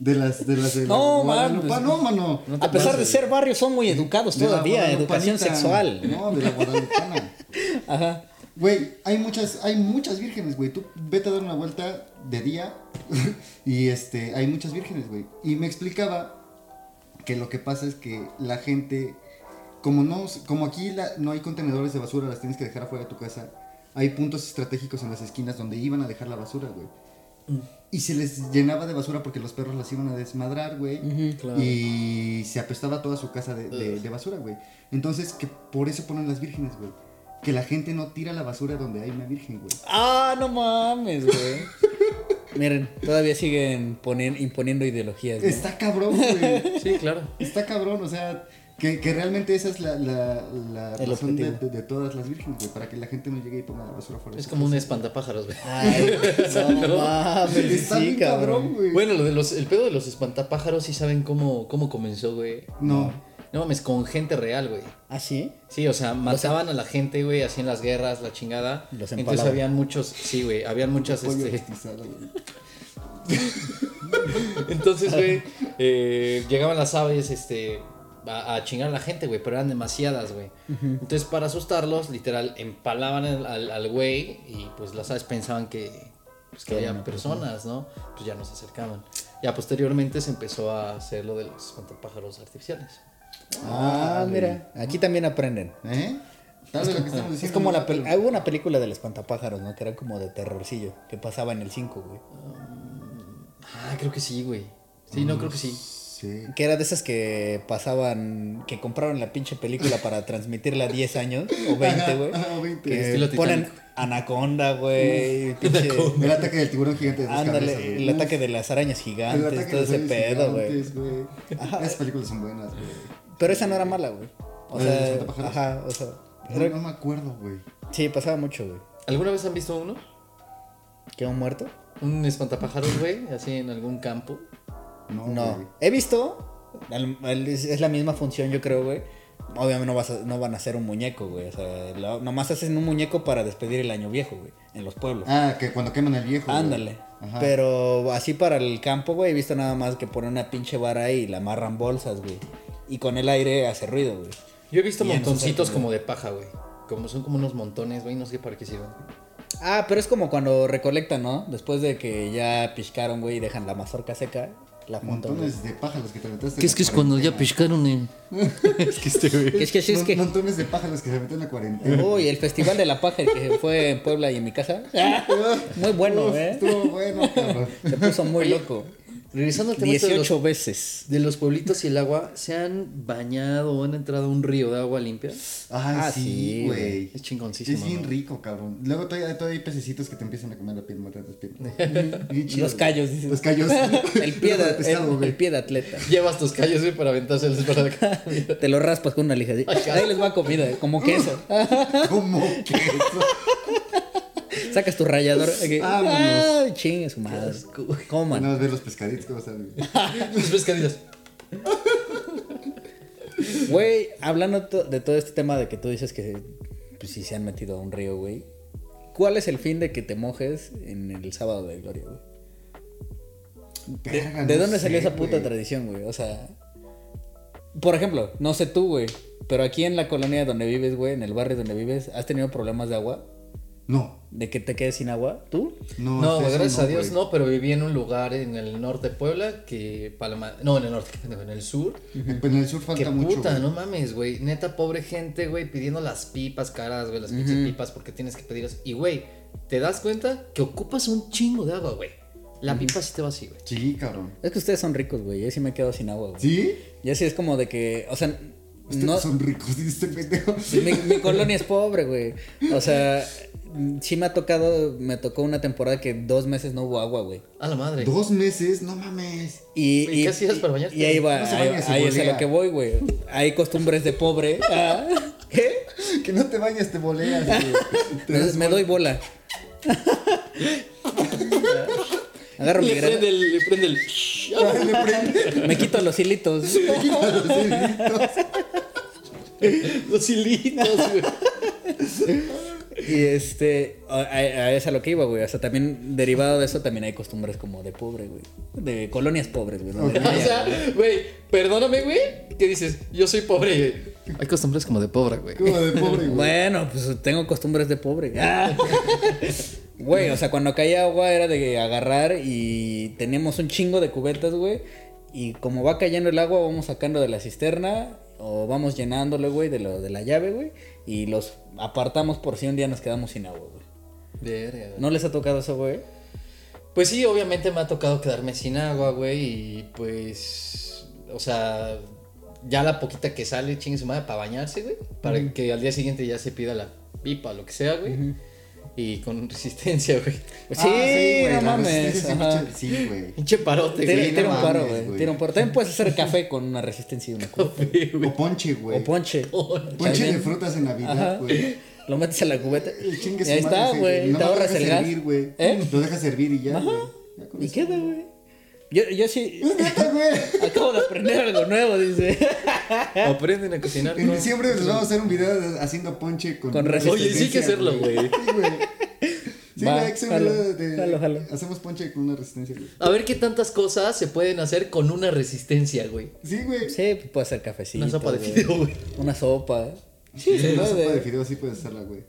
Speaker 2: De las de las de la
Speaker 1: No, pues,
Speaker 2: Guadalupa-
Speaker 1: mames.
Speaker 2: no, mano.
Speaker 3: No te
Speaker 1: A pesar de
Speaker 3: pases.
Speaker 1: ser barrios, son muy educados
Speaker 2: De la
Speaker 1: todavía. Educación
Speaker 2: guadalupanita.
Speaker 1: sexual.
Speaker 2: No, de la guadalupana.
Speaker 1: Ajá.
Speaker 2: Güey, hay muchas, hay muchas vírgenes, güey. Tú vete a dar una vuelta de día y este, hay muchas vírgenes, güey. Y me explicaba que lo que pasa es que la gente, como no, como aquí la- no hay contenedores de basura, las tienes que dejar afuera de tu casa. Hay puntos estratégicos en las esquinas donde iban a dejar la basura, güey. Y se les llenaba de basura porque los perros las iban a desmadrar, güey.
Speaker 3: claro.
Speaker 2: Y se apestaba toda su casa de, de- de basura, güey. Entonces, que por eso ponen las vírgenes, güey. Que la gente no tira la basura donde hay una virgen, güey.
Speaker 1: Ah, no mames, güey. Miren, todavía siguen ponen- imponiendo ideologías. ¿no?
Speaker 2: Está cabrón, güey.
Speaker 3: Sí, claro.
Speaker 2: Está cabrón, o sea, que, que realmente esa es la, la, la
Speaker 1: El
Speaker 2: razón de,
Speaker 1: objetivo.
Speaker 2: de- de todas las vírgenes, güey. Para que la gente no llegue y ponga la basura fuera. de
Speaker 3: Es
Speaker 2: su
Speaker 3: como un
Speaker 2: casa.
Speaker 3: espantapájaros, güey.
Speaker 1: Ay, no, mames,
Speaker 2: Está
Speaker 1: sí,
Speaker 2: bien cabrón,
Speaker 1: cabrón.
Speaker 2: güey.
Speaker 3: Bueno, lo de los, el pedo de los espantapájaros, sí saben cómo, cómo comenzó, güey.
Speaker 2: No.
Speaker 3: No mames, con gente real, güey.
Speaker 1: ¿Ah, sí?
Speaker 3: Sí, o sea, mataban a la gente, güey, así en las guerras, la chingada.
Speaker 1: Los
Speaker 3: Entonces
Speaker 1: empalaban.
Speaker 3: habían muchos, sí, güey, habían muchas,
Speaker 2: Pollo
Speaker 3: este,
Speaker 2: rostizado, güey.
Speaker 3: Entonces, güey, eh, llegaban las aves, este, a, a chingar a la gente, güey, pero eran demasiadas, güey. Entonces, para asustarlos, literal, empalaban al- al al güey y pues las aves pensaban que, pues, que
Speaker 1: Que era
Speaker 3: había
Speaker 1: una
Speaker 3: personas, ¿no? Pues ya nos acercaban. Ya posteriormente se empezó a hacer lo de los espantapájaros artificiales.
Speaker 1: Ah,
Speaker 2: güey.
Speaker 1: mira, aquí también aprenden.
Speaker 2: ¿Eh? Tal vez lo que estamos diciendo.
Speaker 1: Es como
Speaker 2: ¿no?
Speaker 1: la película. Hubo una película del espantapájaros, ¿no? Que era como de terrorcillo, que pasaba en el 5, güey.
Speaker 3: Ah, creo que sí, güey. Mm. Sí, no, creo que sí.
Speaker 2: Sí.
Speaker 1: Que era de esas que pasaban, que compraron la pinche película para transmitirla 10 años o 20, güey.
Speaker 2: ajá, o 20.
Speaker 1: Que
Speaker 3: Estilo
Speaker 1: ponen
Speaker 3: Titanic.
Speaker 1: Anaconda, güey. pinche-
Speaker 2: El ataque del tiburón gigante de dos cabezas,
Speaker 1: Eh, Ándale,
Speaker 2: güey.
Speaker 1: el
Speaker 2: Uf.
Speaker 1: ataque de las arañas
Speaker 2: El
Speaker 1: gigantes,
Speaker 2: ataque
Speaker 1: todo
Speaker 2: de los
Speaker 1: ese pedo, güey.
Speaker 2: gigantes, güey. Esas películas son buenas, güey.
Speaker 1: Pero esa no era mala, güey. O
Speaker 2: ¿La de los
Speaker 1: sea,
Speaker 2: espantapájaros?
Speaker 1: ajá, o sea.
Speaker 2: No,
Speaker 1: era-
Speaker 2: no me acuerdo, güey.
Speaker 1: Sí, pasaba mucho, güey.
Speaker 3: ¿Alguna vez han visto uno?
Speaker 1: ¿Quedó muerto?
Speaker 3: Un espantapájaros, güey, así en algún campo.
Speaker 2: No, güey.
Speaker 1: No. He visto. al- al- Es es la misma función, yo creo, güey. Obviamente no, vas a- no van a hacer un muñeco, güey. O sea, lo- nomás hacen un muñeco para despedir el año viejo, güey. En los pueblos.
Speaker 2: Ah, que cuando queman al viejo. güey.
Speaker 1: Ándale.
Speaker 2: Ajá.
Speaker 1: Pero así para el campo, güey, he visto nada más que ponen una pinche vara y la amarran bolsas, güey. Y con el aire hace ruido, güey.
Speaker 3: Yo he visto
Speaker 1: Y ya no se
Speaker 3: montoncitos
Speaker 1: sabe
Speaker 3: como de paja, güey. Como son como unos montones, güey, no sé para qué sirven.
Speaker 1: Ah, pero es como cuando recolectan, ¿no? Después de que ya piscaron, güey, y dejan la mazorca seca, la juntan. güey.
Speaker 2: Montones de pájaros que te aventaste.
Speaker 3: ¿Qué es
Speaker 2: en
Speaker 3: que
Speaker 2: la
Speaker 3: es cuando ya
Speaker 2: cuarentena.
Speaker 3: pescaron eh. el... es que este, güey.
Speaker 1: Es que es que- es
Speaker 2: Mon-
Speaker 1: que.
Speaker 2: Montones de pájaros que se meten en la cuarentena.
Speaker 1: Uy, el festival de la paja que fue en Puebla y en mi casa. Muy bueno,
Speaker 2: Uf,
Speaker 1: ¿eh?
Speaker 2: Estuvo bueno, cabrón.
Speaker 1: Se puso muy loco.
Speaker 3: Regresando al tema este
Speaker 1: 18
Speaker 3: de los,
Speaker 1: veces.
Speaker 3: de los pueblitos y el agua, ¿se han bañado o han entrado a un río de agua limpia? Es
Speaker 2: Ah,
Speaker 1: Ah,
Speaker 2: sí,
Speaker 1: sí,
Speaker 2: güey.
Speaker 3: chingoncísimo.
Speaker 2: Es bien
Speaker 3: ¿no?
Speaker 2: rico, cabrón. Luego todavía, todavía hay pececitos que te empiezan a comer la piel, morder las piernas. Bien chido,
Speaker 1: Los
Speaker 2: güey.
Speaker 1: callos, dices.
Speaker 2: Los callos.
Speaker 1: El pie, de,
Speaker 2: Luego de pescado,
Speaker 1: el,
Speaker 2: güey.
Speaker 1: el pie de atleta.
Speaker 3: Llevas tus callos, güey, para aventarse el para acá.
Speaker 1: Te lo raspas con una lija. así. Ahí les va comida, como queso.
Speaker 2: ¿Cómo que eso?
Speaker 1: Sacas tu rallador. aquí.
Speaker 2: Vámonos.
Speaker 1: Ay, chingue su madre. Coman.
Speaker 2: Nada más ver los pescaditos que vas a ver.
Speaker 3: Tus pescadillas.
Speaker 1: Güey, hablando to- de todo este tema de que tú dices que pues, si se han metido a un río, güey. ¿Cuál es el fin de que te mojes en el sábado de gloria, güey?
Speaker 2: Verga,
Speaker 1: ¿De
Speaker 2: no
Speaker 1: dónde salió
Speaker 2: sé,
Speaker 1: esa puta
Speaker 2: güey.
Speaker 1: tradición, güey? O sea, por ejemplo, no sé tú, güey, pero aquí en la colonia donde vives, güey, en el barrio donde vives, ¿has tenido problemas de agua?
Speaker 2: No,
Speaker 1: ¿De que te quedes sin agua? ¿Tú?
Speaker 2: no.
Speaker 3: No,
Speaker 2: hasta
Speaker 3: güey,
Speaker 2: eso
Speaker 3: gracias a Dios
Speaker 2: güey.
Speaker 3: no, pero viví en un lugar en el norte de Puebla que Palma... No, en el norte, qué pendejo, en el sur.
Speaker 2: En el sur
Speaker 3: Qué
Speaker 2: falta mucho.
Speaker 3: puta,
Speaker 2: güey.
Speaker 3: no mames, güey. Neta, pobre gente, güey, pidiendo las pipas caras, güey, las pinches pipas, porque tienes que pedirlas. Y, güey, te das cuenta que ocupas un chingo de agua, güey. La pipa sí te va así, güey.
Speaker 2: Sí, cabrón.
Speaker 1: Es que ustedes son ricos, güey. Yo sí me quedo sin agua, güey.
Speaker 2: ¿Sí?
Speaker 1: Yo sí es como de que, o sea,
Speaker 2: Ustedes
Speaker 1: no,
Speaker 2: son ricos, dice este pendejo.
Speaker 1: mi, mi colonia es pobre, güey. O sea, sí me ha tocado, me tocó una temporada que dos meses no hubo agua, güey.
Speaker 3: A la madre.
Speaker 2: Dos meses, no mames.
Speaker 1: Y,
Speaker 3: Güey, ¿qué hacías para bañarte?
Speaker 1: Y ahí va,
Speaker 2: No se
Speaker 1: ahí,
Speaker 2: baña, se
Speaker 1: ahí es a
Speaker 2: bolea.
Speaker 1: lo que voy, güey. Hay costumbres de pobre. Ah, ¿Qué?
Speaker 2: Que no te bañas, te boleas. güey. Te
Speaker 1: Entonces
Speaker 2: das
Speaker 1: me doy bola. Agarro mi
Speaker 3: Le prende
Speaker 1: gran...
Speaker 3: el, le prende el.
Speaker 2: bola, le prende,
Speaker 1: Me quito los hilitos.
Speaker 2: te quita los deditos.
Speaker 3: Los hilitos, güey.
Speaker 1: Y este, a, a, a esa lo que iba, güey. O sea, también derivado de eso también hay costumbres como de pobre, güey. De colonias pobres, güey. ¿no? De
Speaker 3: O
Speaker 1: niñas,
Speaker 3: sea, güey, perdóname, güey, que dices, yo soy pobre. güey. Hay costumbres como de pobre, güey.
Speaker 2: Como de pobre, güey.
Speaker 1: Bueno, pues tengo costumbres de pobre. Ah. Güey, o sea, cuando caía agua era de agarrar y teníamos un chingo de cubetas, güey. Y como va cayendo el agua, vamos sacando de la cisterna o vamos llenándole, güey, de, lo, de la llave, güey. Y los apartamos por si un día nos quedamos sin agua, güey.
Speaker 3: Verga, güey.
Speaker 1: ¿No les ha tocado eso, güey?
Speaker 3: Pues sí, obviamente me ha tocado quedarme sin agua, güey, y pues, o sea, ya la poquita que sale, chingue su madre, para bañarse, güey, para que al día siguiente ya se pida la pipa, lo que sea, güey, y con resistencia, güey.
Speaker 1: Pues
Speaker 2: Ah,
Speaker 1: sí,
Speaker 2: güey,
Speaker 1: no
Speaker 2: la
Speaker 1: mames.
Speaker 2: resistencia
Speaker 1: ajá.
Speaker 2: sí, pinche- Sí, güey.
Speaker 3: Pinche parote,
Speaker 1: Tira,
Speaker 3: güey.
Speaker 2: no
Speaker 1: tira un paro,
Speaker 2: mames,
Speaker 1: güey.
Speaker 2: güey.
Speaker 1: Tira un paro. También puedes hacer café con una resistencia y una cubeta.
Speaker 2: O ponche, güey.
Speaker 1: O ponche.
Speaker 2: Ponche de
Speaker 1: También.
Speaker 2: frutas en
Speaker 1: Ajá.
Speaker 2: Navidad, güey.
Speaker 1: Lo metes a la cubeta.
Speaker 2: Y chingue
Speaker 1: Y
Speaker 2: su
Speaker 1: ahí
Speaker 2: madre,
Speaker 1: está,
Speaker 2: sí,
Speaker 1: güey.
Speaker 2: No
Speaker 1: Te
Speaker 2: lo
Speaker 1: ahorras
Speaker 2: dejas
Speaker 1: el gas.
Speaker 2: servir, güey.
Speaker 1: ¿Eh?
Speaker 2: Lo dejas servir y ya, güey. Ya con
Speaker 1: ¿Y
Speaker 3: Este,
Speaker 2: eso.
Speaker 1: queda, güey? Yo, yo sí.
Speaker 2: Es neta, güey.
Speaker 1: Acabo de aprender algo nuevo, dice.
Speaker 3: Aprenden a cocinar.
Speaker 2: En
Speaker 3: ¿no?
Speaker 2: diciembre les vamos a hacer un video haciendo ponche con,
Speaker 1: Con resistencia.
Speaker 3: Oye, sí hay que hacerlo, güey.
Speaker 2: Sí, güey. Sí,
Speaker 1: Va,
Speaker 2: güey, hay que hacer un
Speaker 1: jalo,
Speaker 2: video de-
Speaker 1: jalo, jalo.
Speaker 2: Hacemos ponche con una resistencia, güey.
Speaker 3: A ver qué tantas cosas se pueden hacer con una resistencia, güey.
Speaker 2: Sí, güey.
Speaker 1: Sí, pues puede hacer cafecito.
Speaker 3: Una sopa de
Speaker 1: güey.
Speaker 3: fideo, güey.
Speaker 1: Una sopa. Sí, se
Speaker 2: Una sopa de
Speaker 1: puede.
Speaker 2: fideos sí puedes hacerla, güey.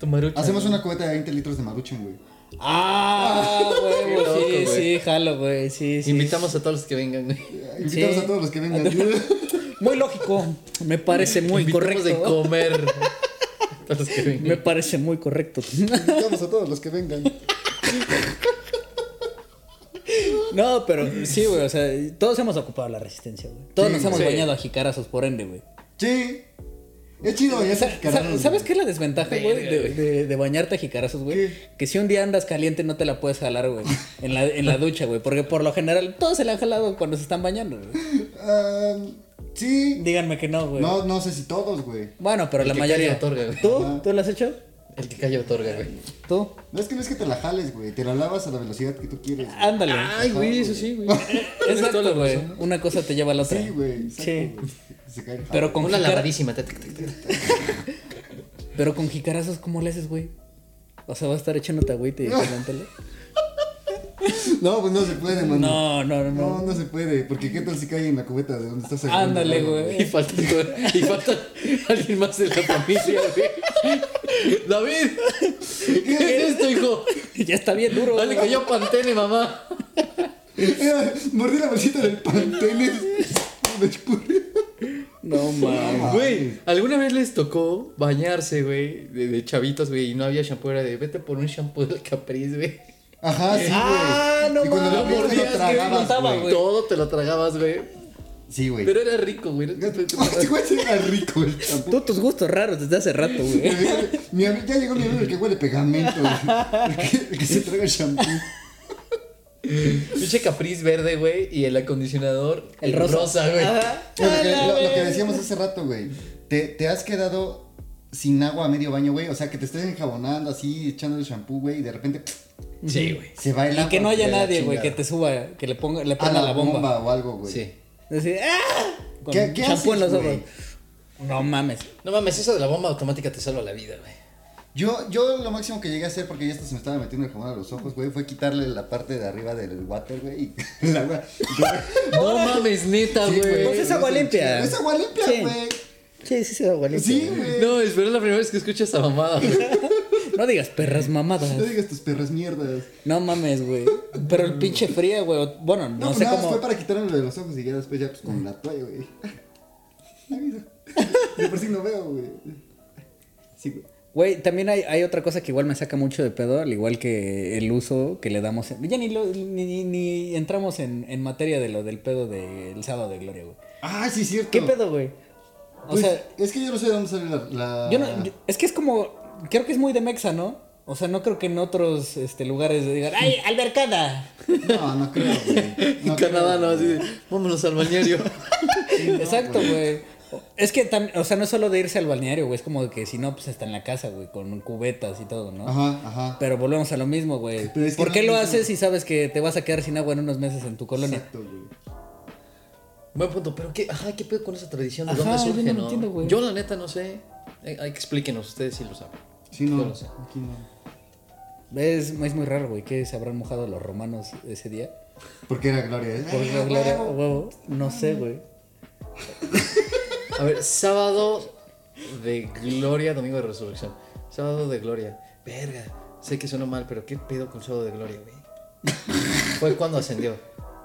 Speaker 3: Tu marucha.
Speaker 2: Hacemos una cubeta de 20 litros de maruchan, güey.
Speaker 1: Ah,
Speaker 3: Qué
Speaker 1: huevo,
Speaker 3: loco,
Speaker 1: sí,
Speaker 3: güey.
Speaker 1: sí, jalo, güey. Sí, sí.
Speaker 3: Invitamos a todos los que vengan, güey.
Speaker 2: Invitamos
Speaker 1: Sí.
Speaker 2: a todos los que vengan. güey.
Speaker 1: Muy lógico. Me parece muy
Speaker 3: Invitamos
Speaker 1: correcto.
Speaker 3: de comer. a todos los que vengan.
Speaker 1: Me parece muy correcto.
Speaker 2: Invitamos a todos los que vengan.
Speaker 1: No, pero sí, güey. O sea, todos hemos ocupado la resistencia, güey. Todos
Speaker 2: Sí,
Speaker 1: nos hemos
Speaker 3: sí.
Speaker 1: bañado a jicarazos, por ende, güey.
Speaker 2: Sí. Es chido, ya
Speaker 1: Sa-
Speaker 2: se
Speaker 1: sa- ¿Sabes qué es la desventaja, güey? De, de- de bañarte a jicarazos, güey.
Speaker 2: ¿Qué?
Speaker 1: Que si un día andas caliente no te la puedes jalar, güey. En la, en la ducha, güey. Porque por lo general todos se la han jalado cuando se están bañando, güey.
Speaker 2: Ah, sí.
Speaker 1: Díganme que no, güey.
Speaker 2: No, no sé si todos, güey.
Speaker 1: Bueno, pero
Speaker 3: El
Speaker 1: la
Speaker 3: que
Speaker 1: mayoría.
Speaker 3: calla otorga, güey.
Speaker 1: ¿Tú? ¿Tú lo has hecho?
Speaker 3: El que calla otorga, güey.
Speaker 1: ¿Tú?
Speaker 2: No es que no es que te la jales, güey. Te la lavas a la velocidad que tú quieres. güey.
Speaker 1: Ándale.
Speaker 3: Ay, güey, eso sí, güey. Toda la
Speaker 1: Exacto, güey.
Speaker 3: razón.
Speaker 1: Una cosa te lleva a la otra.
Speaker 2: Sí, güey. exacto,
Speaker 1: Sí.
Speaker 2: güey. Se cae el
Speaker 1: Pero con,
Speaker 3: Una
Speaker 1: jicara-
Speaker 3: lavadísima. ta, ta, ta, ta.
Speaker 1: pero con jicarazos, ¿cómo le haces, güey? O sea, va a estar echándote agüite y jalándole.
Speaker 2: jabón. No, pues no se puede, mano.
Speaker 1: No, no, no. no.
Speaker 2: No, no se puede. Porque qué tal si cae en la cubeta de donde estás.
Speaker 1: Ándale,
Speaker 2: agarrando,
Speaker 1: güey.
Speaker 3: Y falta, y falta alguien más de la familia, güey. David, ¿qué es esto, hijo?
Speaker 1: Ya está bien duro.
Speaker 3: Dale,
Speaker 1: güey.
Speaker 3: que yo pantene, mamá.
Speaker 2: Eh, Mordí la bolsita del pantenes. Me escurrí.
Speaker 1: No mames.
Speaker 3: Güey, ¿alguna vez les tocó bañarse, güey? De, de chavitos, güey, y no había shampoo, era de vete por un shampoo del Capriz, güey.
Speaker 2: Ajá, sí, güey.
Speaker 1: Ah, no
Speaker 2: y cuando
Speaker 1: mames,
Speaker 2: lo
Speaker 1: lo
Speaker 2: abriste,
Speaker 1: mordías,
Speaker 2: lo
Speaker 1: güey,
Speaker 2: tragabas,
Speaker 1: no estaba,
Speaker 2: güey.
Speaker 1: güey.
Speaker 3: Todo te lo tragabas, güey.
Speaker 2: Sí, güey.
Speaker 3: Pero era rico, güey.
Speaker 2: Este güey sí era rico el champú.
Speaker 1: Tú tus gustos raros desde hace rato, güey.
Speaker 2: Mi ami- ya llegó mi amigo el que huele pegamento. güey. El que, el que se traga el shampoo.
Speaker 3: Pinche Capriz verde, güey, y el acondicionador.
Speaker 1: El rosa.
Speaker 3: güey.
Speaker 2: Bueno, que- lo, lo que decíamos hace rato, güey. Te, te has quedado sin agua a medio baño, güey. O sea, que te estés enjabonando así, echando el shampoo, güey, y de repente
Speaker 3: Sí, güey.
Speaker 2: se va el agua.
Speaker 1: Y que no haya
Speaker 2: güey, a la
Speaker 1: nadie, güey, que
Speaker 2: chingada.
Speaker 1: te suba, que le ponga, le
Speaker 2: A
Speaker 1: ponga
Speaker 2: la,
Speaker 1: la bomba.
Speaker 2: o algo, güey.
Speaker 3: Sí.
Speaker 1: Así, ¡ah! Con
Speaker 2: ¿Qué- qué
Speaker 1: champú en
Speaker 2: haces,
Speaker 1: los ojos.
Speaker 2: güey?
Speaker 1: No mames.
Speaker 3: No mames, eso de la bomba automática te salva la vida, güey.
Speaker 2: Yo, yo lo máximo que llegué a hacer, porque ya hasta se me estaba metiendo el jabón a los ojos, güey, fue quitarle la parte de arriba del water, güey, y el agua.
Speaker 3: No mames, neta,
Speaker 2: Sí, güey.
Speaker 1: Pues
Speaker 3: güey.
Speaker 1: es agua limpia.
Speaker 2: Es agua limpia,
Speaker 1: Sí.
Speaker 2: güey.
Speaker 1: Sí, sí, es agua limpia.
Speaker 2: Sí, güey.
Speaker 3: No, es pero es la primera vez que escucho esa mamada, güey.
Speaker 1: No digas perras mamadas.
Speaker 2: No digas tus perras mierdas.
Speaker 1: No mames, güey. Pero el pinche fría, güey. Bueno,
Speaker 2: No,
Speaker 1: no,
Speaker 2: pues
Speaker 1: sé
Speaker 2: nada, más
Speaker 1: cómo. Mm.
Speaker 2: fue para quitarme lo de los ojos y ya después ya pues con la toalla, güey. La vida. De por sí no veo, güey. Sí, güey.
Speaker 1: Güey, también hay, hay otra cosa que igual me saca mucho de pedo, al igual que el uso que le damos. en- Ya ni, lo- ni, ni- ni entramos en, en materia de lo del pedo del sábado de gloria, güey.
Speaker 2: Ah, sí, cierto.
Speaker 1: ¿Qué pedo, güey? O
Speaker 2: Pues, ah.
Speaker 1: sea,
Speaker 2: es que yo no sé de dónde sale la... la-
Speaker 1: yo no, yo- es que es como, creo que es muy de Mexa, ¿no? O sea, no creo que en otros este, lugares digan, ¡ay, albercada!
Speaker 2: No, no creo, güey.
Speaker 3: En Canadá, no, así de, vámonos al balneario.
Speaker 1: Exacto, güey. Es que, tam- o sea, no es solo de irse al balneario, güey, es como que si no, pues está en la casa, güey, con cubetas y todo, ¿no?
Speaker 2: Ajá, ajá.
Speaker 1: Pero volvemos a lo mismo, güey.
Speaker 2: Pero es que
Speaker 1: ¿Por
Speaker 2: no
Speaker 1: qué
Speaker 2: es
Speaker 1: lo
Speaker 2: lo
Speaker 1: haces si sabes que te vas a quedar sin agua en unos meses en tu colonia?
Speaker 2: Exacto, güey.
Speaker 3: Buen punto, pero qué, ajá, ¿qué pedo con esa tradición? ¿De
Speaker 1: Ajá,
Speaker 3: dónde
Speaker 1: yo
Speaker 3: surge,
Speaker 1: no lo
Speaker 3: no?
Speaker 1: entiendo, güey.
Speaker 3: Yo, la neta, no sé. Eh, Hay que explíquenos, ustedes sí lo saben.
Speaker 2: Sí, no.
Speaker 3: Yo no sé.
Speaker 2: Aquí no.
Speaker 1: Es, es muy raro, güey, que se habrán mojado los romanos ese día.
Speaker 2: Porque era Gloria. ¿eh?
Speaker 1: Por la gloria, a huevo. No sé, güey.
Speaker 3: A ver, sábado de gloria, domingo de resurrección. Sábado de gloria. Verga, sé que suena mal, pero ¿qué pedo con sábado de gloria, güey? Fue cuando ascendió.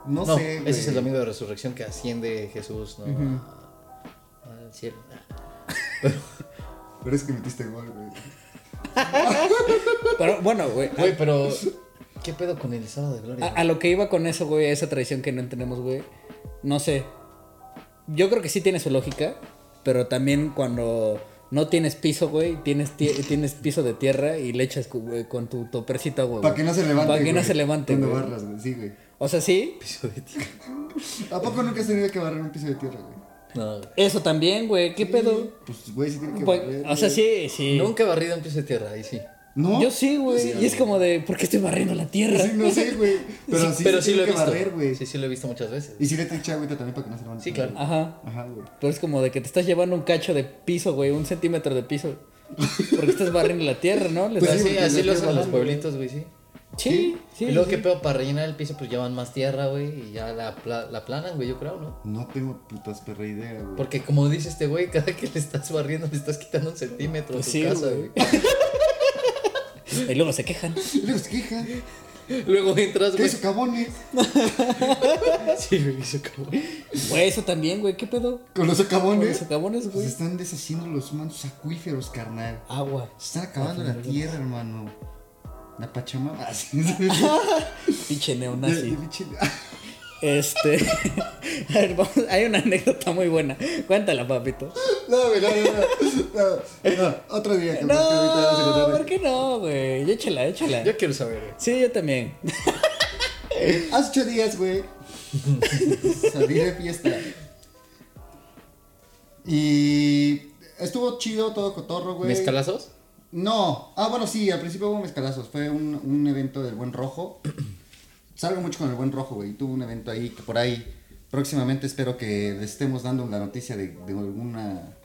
Speaker 2: No, sé, güey.
Speaker 3: Ese es el domingo de resurrección que asciende Jesús, ¿no? A- Al cielo. Ah.
Speaker 2: Pero es que metiste gol, güey.
Speaker 1: Pero bueno, güey.
Speaker 3: Güey, pero. ¿Qué pedo con el sábado de gloria?
Speaker 2: Ah.
Speaker 1: A, a lo que iba con eso, güey, a esa tradición que no entendemos, güey. No sé. Yo creo que sí tiene su lógica, pero también cuando no tienes piso, güey, tienes, tie- tienes piso de tierra y le echas cu- güey, con tu topercito, güey.
Speaker 2: Para que no se levante.
Speaker 1: Para que no
Speaker 2: güey.
Speaker 1: se levante,
Speaker 2: Cuando
Speaker 1: güey.
Speaker 2: barras, güey. Sí, güey.
Speaker 1: O sea, sí,
Speaker 2: ¿A poco nunca has tenido que barrer un piso de tierra, güey?
Speaker 3: No, güey.
Speaker 1: eso también, güey. ¿Qué pedo?
Speaker 2: Pues, güey, sí tiene que
Speaker 1: Pues,
Speaker 2: barrer.
Speaker 1: o sea, sí,
Speaker 2: güey.
Speaker 1: sí.
Speaker 3: Nunca he barrido un piso de tierra, ahí sí.
Speaker 2: ¿No?
Speaker 1: Yo sí, güey. y es como de, ¿por qué estoy barriendo la tierra?
Speaker 2: Sí, no sé, güey. Pero sí,
Speaker 3: pero sí
Speaker 2: tiene
Speaker 3: lo he
Speaker 2: que
Speaker 3: visto.
Speaker 2: barrer, güey.
Speaker 3: sí, sí lo he visto muchas veces.
Speaker 2: Y sí le tengo agüita también para que no se levante.
Speaker 3: Sí, claro.
Speaker 1: Ajá.
Speaker 2: Ajá, güey.
Speaker 1: Pero es como de que te estás llevando un cacho de piso, güey, un centímetro de piso. Porque estás barriendo la tierra, ¿no? Les
Speaker 2: Pues
Speaker 1: das-
Speaker 3: así
Speaker 2: sí, porque
Speaker 3: así
Speaker 2: lo que
Speaker 3: lo hacen los
Speaker 2: barran,
Speaker 3: pueblitos, güey, sí.
Speaker 1: sí, sí.
Speaker 3: y luego,
Speaker 1: sí.
Speaker 3: ¿qué pedo? Para rellenar el piso, pues llevan más tierra, güey, y ya la, pla- la planan, güey, yo creo, ¿no?
Speaker 2: No tengo putas perra idea, güey.
Speaker 3: Porque como dice este güey, cada que le estás barriendo le estás quitando un centímetro
Speaker 1: Pues
Speaker 3: a tu
Speaker 1: sí,
Speaker 3: casa,
Speaker 1: güey.
Speaker 3: güey.
Speaker 1: Y luego se quejan.
Speaker 2: Y luego se queja.
Speaker 3: Luego entras,
Speaker 2: ¿Qué
Speaker 3: güey.
Speaker 2: hizo cabones?
Speaker 3: Sí, güey, eso como-
Speaker 1: Güey, eso también, güey. ¿Qué pedo? Con
Speaker 2: Con los
Speaker 1: los
Speaker 2: socavones.
Speaker 1: socavones,
Speaker 2: Se
Speaker 1: güey.
Speaker 2: están deshaciendo los humanos acuíferos, carnal.
Speaker 1: Agua.
Speaker 2: Se están acabando la tierra, hermano. La Pachamama. Así es.
Speaker 1: Pinche neonazi.
Speaker 2: El pinche-
Speaker 1: Este. A ver, vamos. Hay una anécdota muy buena. Cuéntala, papito.
Speaker 2: No, güey, no, no, no. No, no, Otro día. cabrón, que ahorita vamos a
Speaker 1: No,
Speaker 2: contar.
Speaker 1: ¿por qué no, güey? Échala, échala.
Speaker 3: Yo quiero saber, güey.
Speaker 1: Sí, yo también.
Speaker 2: Hace ocho días, güey. Salí de fiesta. Y estuvo chido todo cotorro, güey.
Speaker 3: ¿Mezcalazos?
Speaker 2: No. Ah, bueno, sí, al principio hubo mezcalazos. Fue un, un evento del Buen Rojo. Salgo mucho con el Buen Rojo, güey. Tuvo un evento ahí que por ahí próximamente espero que les estemos dando la noticia de, de alguna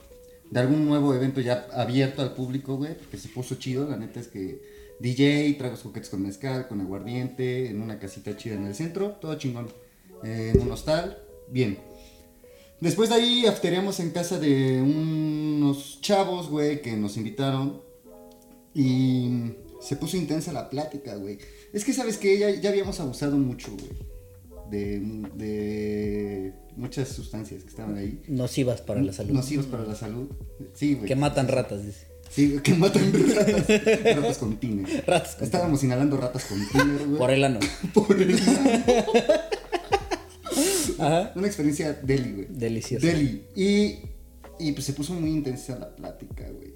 Speaker 2: de algún nuevo evento ya abierto al público, güey, que se puso chido, la neta es que DJ, tragos coquetes con mezcal, con aguardiente, en una casita chida en el centro, todo chingón, Eh, en un hostal, bien. Después de ahí aftereamos en casa de unos chavos, güey, que nos invitaron. Y se puso intensa la plática, güey. Es que sabes que ya, ya habíamos abusado mucho, güey. De, de muchas sustancias que estaban ahí.
Speaker 1: Nocivas para la salud.
Speaker 2: Nocivos para la salud. Sí, güey.
Speaker 1: Que matan ratas, dice.
Speaker 2: Sí, güey, que matan ratas. ratas con tiner.
Speaker 1: Ratas con
Speaker 2: Estábamos inhalando ratas con tiner, güey.
Speaker 1: Por el ano.
Speaker 2: Por el-
Speaker 1: Ajá.
Speaker 2: Una experiencia deli, güey.
Speaker 1: Delicioso.
Speaker 2: Delhi. Y, y pues se puso muy intensa la plática, güey.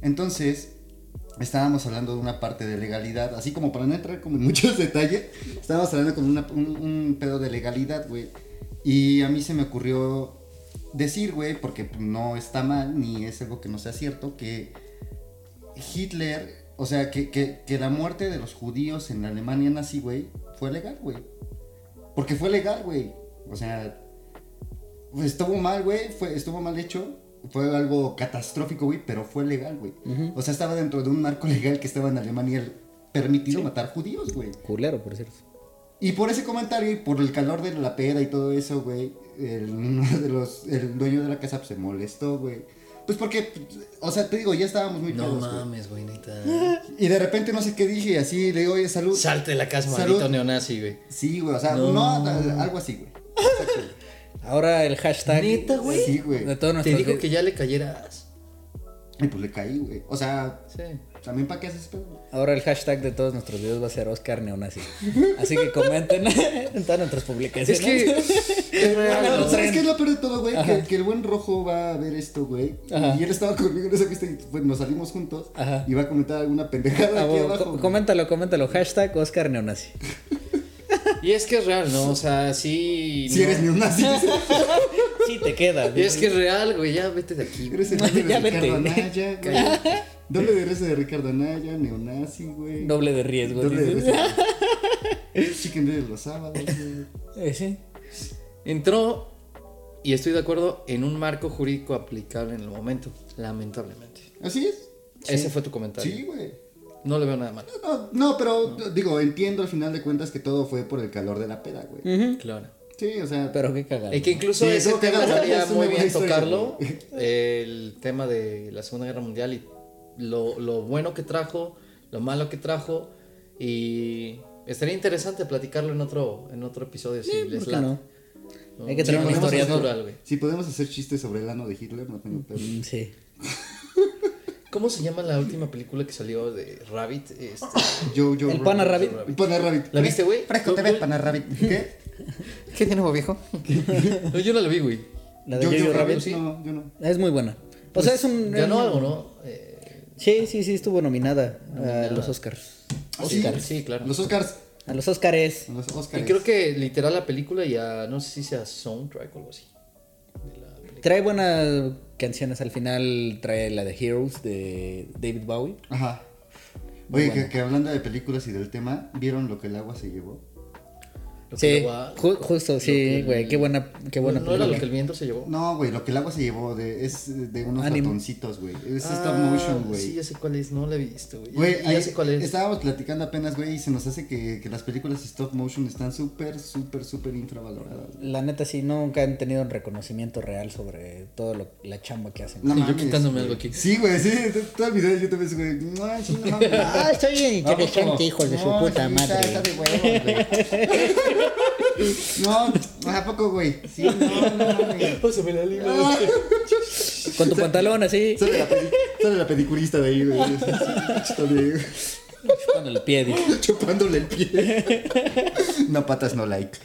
Speaker 2: Entonces, estábamos hablando de una parte de legalidad, así como para no entrar como en muchos detalles, estábamos hablando como una- un, un pedo de legalidad, güey. Y a mí se me ocurrió decir, güey, porque no está mal, ni es algo que no sea cierto, que Hitler, o sea, que, que- que la muerte de los judíos en la Alemania nazi, güey, fue legal, güey. Porque fue legal, güey. O sea, pues, estuvo mal, güey. fue- Estuvo mal hecho. Fue algo catastrófico, güey, pero fue legal, güey. O sea, estaba dentro de un marco legal que estaba en Alemania permitido matar judíos, güey.
Speaker 1: Culero, por cierto.
Speaker 2: Y por ese comentario y por el calor de la peda y todo eso, güey, el, uno de los, el dueño de la casa pues, se molestó, güey. Pues porque, o sea, te digo, ya estábamos muy
Speaker 3: No
Speaker 2: pedos, güey.
Speaker 3: mames, güey, neta.
Speaker 2: Y de repente no sé qué dije, y así le digo, oye, salud.
Speaker 3: Salte de la casa,
Speaker 2: Salud.
Speaker 3: maldito neonazi, güey.
Speaker 2: sí, güey, o sea,
Speaker 3: No.
Speaker 2: no, a- algo así, güey.
Speaker 1: Ahora el hashtag.
Speaker 3: ¿Neta, güey?
Speaker 2: Sí, güey.
Speaker 1: De todos
Speaker 3: Te
Speaker 1: nuestros.
Speaker 3: dijo que ya le cayeras.
Speaker 2: Y pues le caí, güey. O sea,
Speaker 3: Sí.
Speaker 2: también para qué haces pedo.
Speaker 1: Ahora el hashtag de todos nuestros videos va a ser Oscar Neonazi. Así que comenten en todas nuestras publicaciones.
Speaker 3: Es que. es real,
Speaker 2: Pero,
Speaker 3: ¿no?
Speaker 2: ¿Sabes qué es lo peor de todo, güey? Que, que el buen rojo va a ver esto, güey. Y él estaba conmigo en esa fiesta y pues, nos salimos juntos.
Speaker 1: Ajá.
Speaker 2: Y va a comentar alguna pendejada
Speaker 1: Ah,
Speaker 2: aquí
Speaker 1: bueno,
Speaker 2: abajo.
Speaker 1: co-
Speaker 2: güey.
Speaker 1: coméntalo, coméntalo. Hashtag Oscar Neonazi.
Speaker 3: Y es que es real, ¿no? O sea, sí.
Speaker 2: Si
Speaker 3: no.
Speaker 2: eres neonazi,
Speaker 1: Sí, te queda.
Speaker 3: Y es que es real, güey, ya vete de aquí. güey.
Speaker 2: eres el doble
Speaker 1: Ya
Speaker 2: de Ricardo
Speaker 1: vete.
Speaker 2: Anaya, güey. Doble de res de Ricardo Anaya, neonazi, güey.
Speaker 1: Doble de riesgo.
Speaker 2: Doble de
Speaker 1: pues, dices.
Speaker 2: res- Chicken de los sábados, güey.
Speaker 1: Eh, sí.
Speaker 3: Entró, y estoy de acuerdo, en un marco jurídico aplicable en el momento, lamentablemente.
Speaker 2: Así es.
Speaker 3: Ese fue tu comentario.
Speaker 2: Sí, güey.
Speaker 3: No le veo nada mal.
Speaker 2: No, no, pero digo, entiendo al final de cuentas que todo fue por el calor de la peda, güey.
Speaker 3: Claro.
Speaker 2: Sí, o sea,
Speaker 1: Mm. Pero qué cagado.
Speaker 3: Y que incluso
Speaker 2: Sí,
Speaker 3: ese
Speaker 2: creo que
Speaker 3: tema
Speaker 2: la-
Speaker 3: estaría
Speaker 2: es una
Speaker 3: muy
Speaker 2: buena
Speaker 3: bien
Speaker 2: historia,
Speaker 3: tocarlo. El tema de la Segunda Guerra Mundial y lo, lo bueno que trajo, lo malo que trajo. Y estaría interesante platicarlo en otro, en otro episodio. si
Speaker 1: ¿Por
Speaker 3: les
Speaker 1: qué
Speaker 3: late.
Speaker 1: no?
Speaker 3: No,
Speaker 1: Hay que
Speaker 3: sí,
Speaker 1: traer una
Speaker 3: podemos
Speaker 1: historia
Speaker 3: hacer-
Speaker 1: dura.
Speaker 3: güey.
Speaker 2: si podemos hacer chistes sobre el ano de Hitler, no tengo pedo.
Speaker 1: Mm, Sí.
Speaker 3: ¿Cómo se llama la última película que salió de Rabbit? Este,
Speaker 2: Yo, yo,
Speaker 1: El
Speaker 2: Rabbit.
Speaker 1: pana Rabbit.
Speaker 2: El pana Rabbit.
Speaker 3: ¿La viste, güey?
Speaker 2: Fresco te ves, pana Rabbit. ¿Qué?
Speaker 3: ¿Qué tiene, viejo? no, yo no la vi, güey.
Speaker 1: La de Jojo Rabbit.
Speaker 3: sí.
Speaker 2: No, yo no.
Speaker 1: Es muy buena. O sea, es un.
Speaker 3: Ganó algo, Pues, ¿no? Eh,
Speaker 1: Sí, sí, sí, estuvo nominada, a los Oscars.
Speaker 3: sí,
Speaker 2: Oscars.
Speaker 3: sí, claro.
Speaker 2: Los Oscars.
Speaker 1: A los Oscars.
Speaker 2: Los
Speaker 3: Y
Speaker 2: Oscars.
Speaker 3: creo que literal la película y a, no sé si sea soundtrack o algo así. de la película.
Speaker 1: Trae buenas canciones. Al final trae la de Heroes de David Bowie.
Speaker 2: Ajá. Oye, que, que hablando de películas y del tema, ¿vieron lo que el agua se llevó?
Speaker 3: Lo que
Speaker 1: Sí,
Speaker 3: luego a-
Speaker 1: ju- justo, sí, güey. Qué buena, qué buena
Speaker 3: no, no era lo que
Speaker 1: película.
Speaker 3: el viento se llevó.
Speaker 2: No, güey, lo que el agua se llevó de, es de unos
Speaker 1: Anim-
Speaker 2: ratoncitos, güey. Es
Speaker 3: Ah,
Speaker 2: stop motion, güey.
Speaker 3: Sí, ya sé cuál es, no la he visto, güey.
Speaker 2: Güey,
Speaker 3: ya
Speaker 2: ahí
Speaker 3: sé cuál es.
Speaker 2: estábamos platicando apenas, güey, y se nos hace que, que las películas stop motion están súper, súper, súper infravaloradas. güey.
Speaker 1: La neta, sí, nunca han tenido un reconocimiento real sobre todo lo- la chamba que hacen.
Speaker 2: No
Speaker 3: Y yo
Speaker 2: mames,
Speaker 3: quitándome
Speaker 2: güey.
Speaker 3: algo aquí.
Speaker 2: Sí, güey, sí, t- todo el video de YouTube es, güey, no, sí, no mames.
Speaker 1: Ah, estoy bien
Speaker 2: Vamos,
Speaker 1: inteligente,
Speaker 2: como,
Speaker 1: hijos de su
Speaker 2: no,
Speaker 1: puta
Speaker 2: sí,
Speaker 1: madre.
Speaker 2: está- está de huevos, güey. no, ¿a poco, güey? Sí, no, no, mames.
Speaker 3: Pásame la libre.
Speaker 1: Con tu pantalón así,
Speaker 2: Sale la, pedi- sale la pedicurista de ahí, güey. Está bien.
Speaker 1: chupando el pie. dice.
Speaker 2: Chupándole el pie. No patas, no like.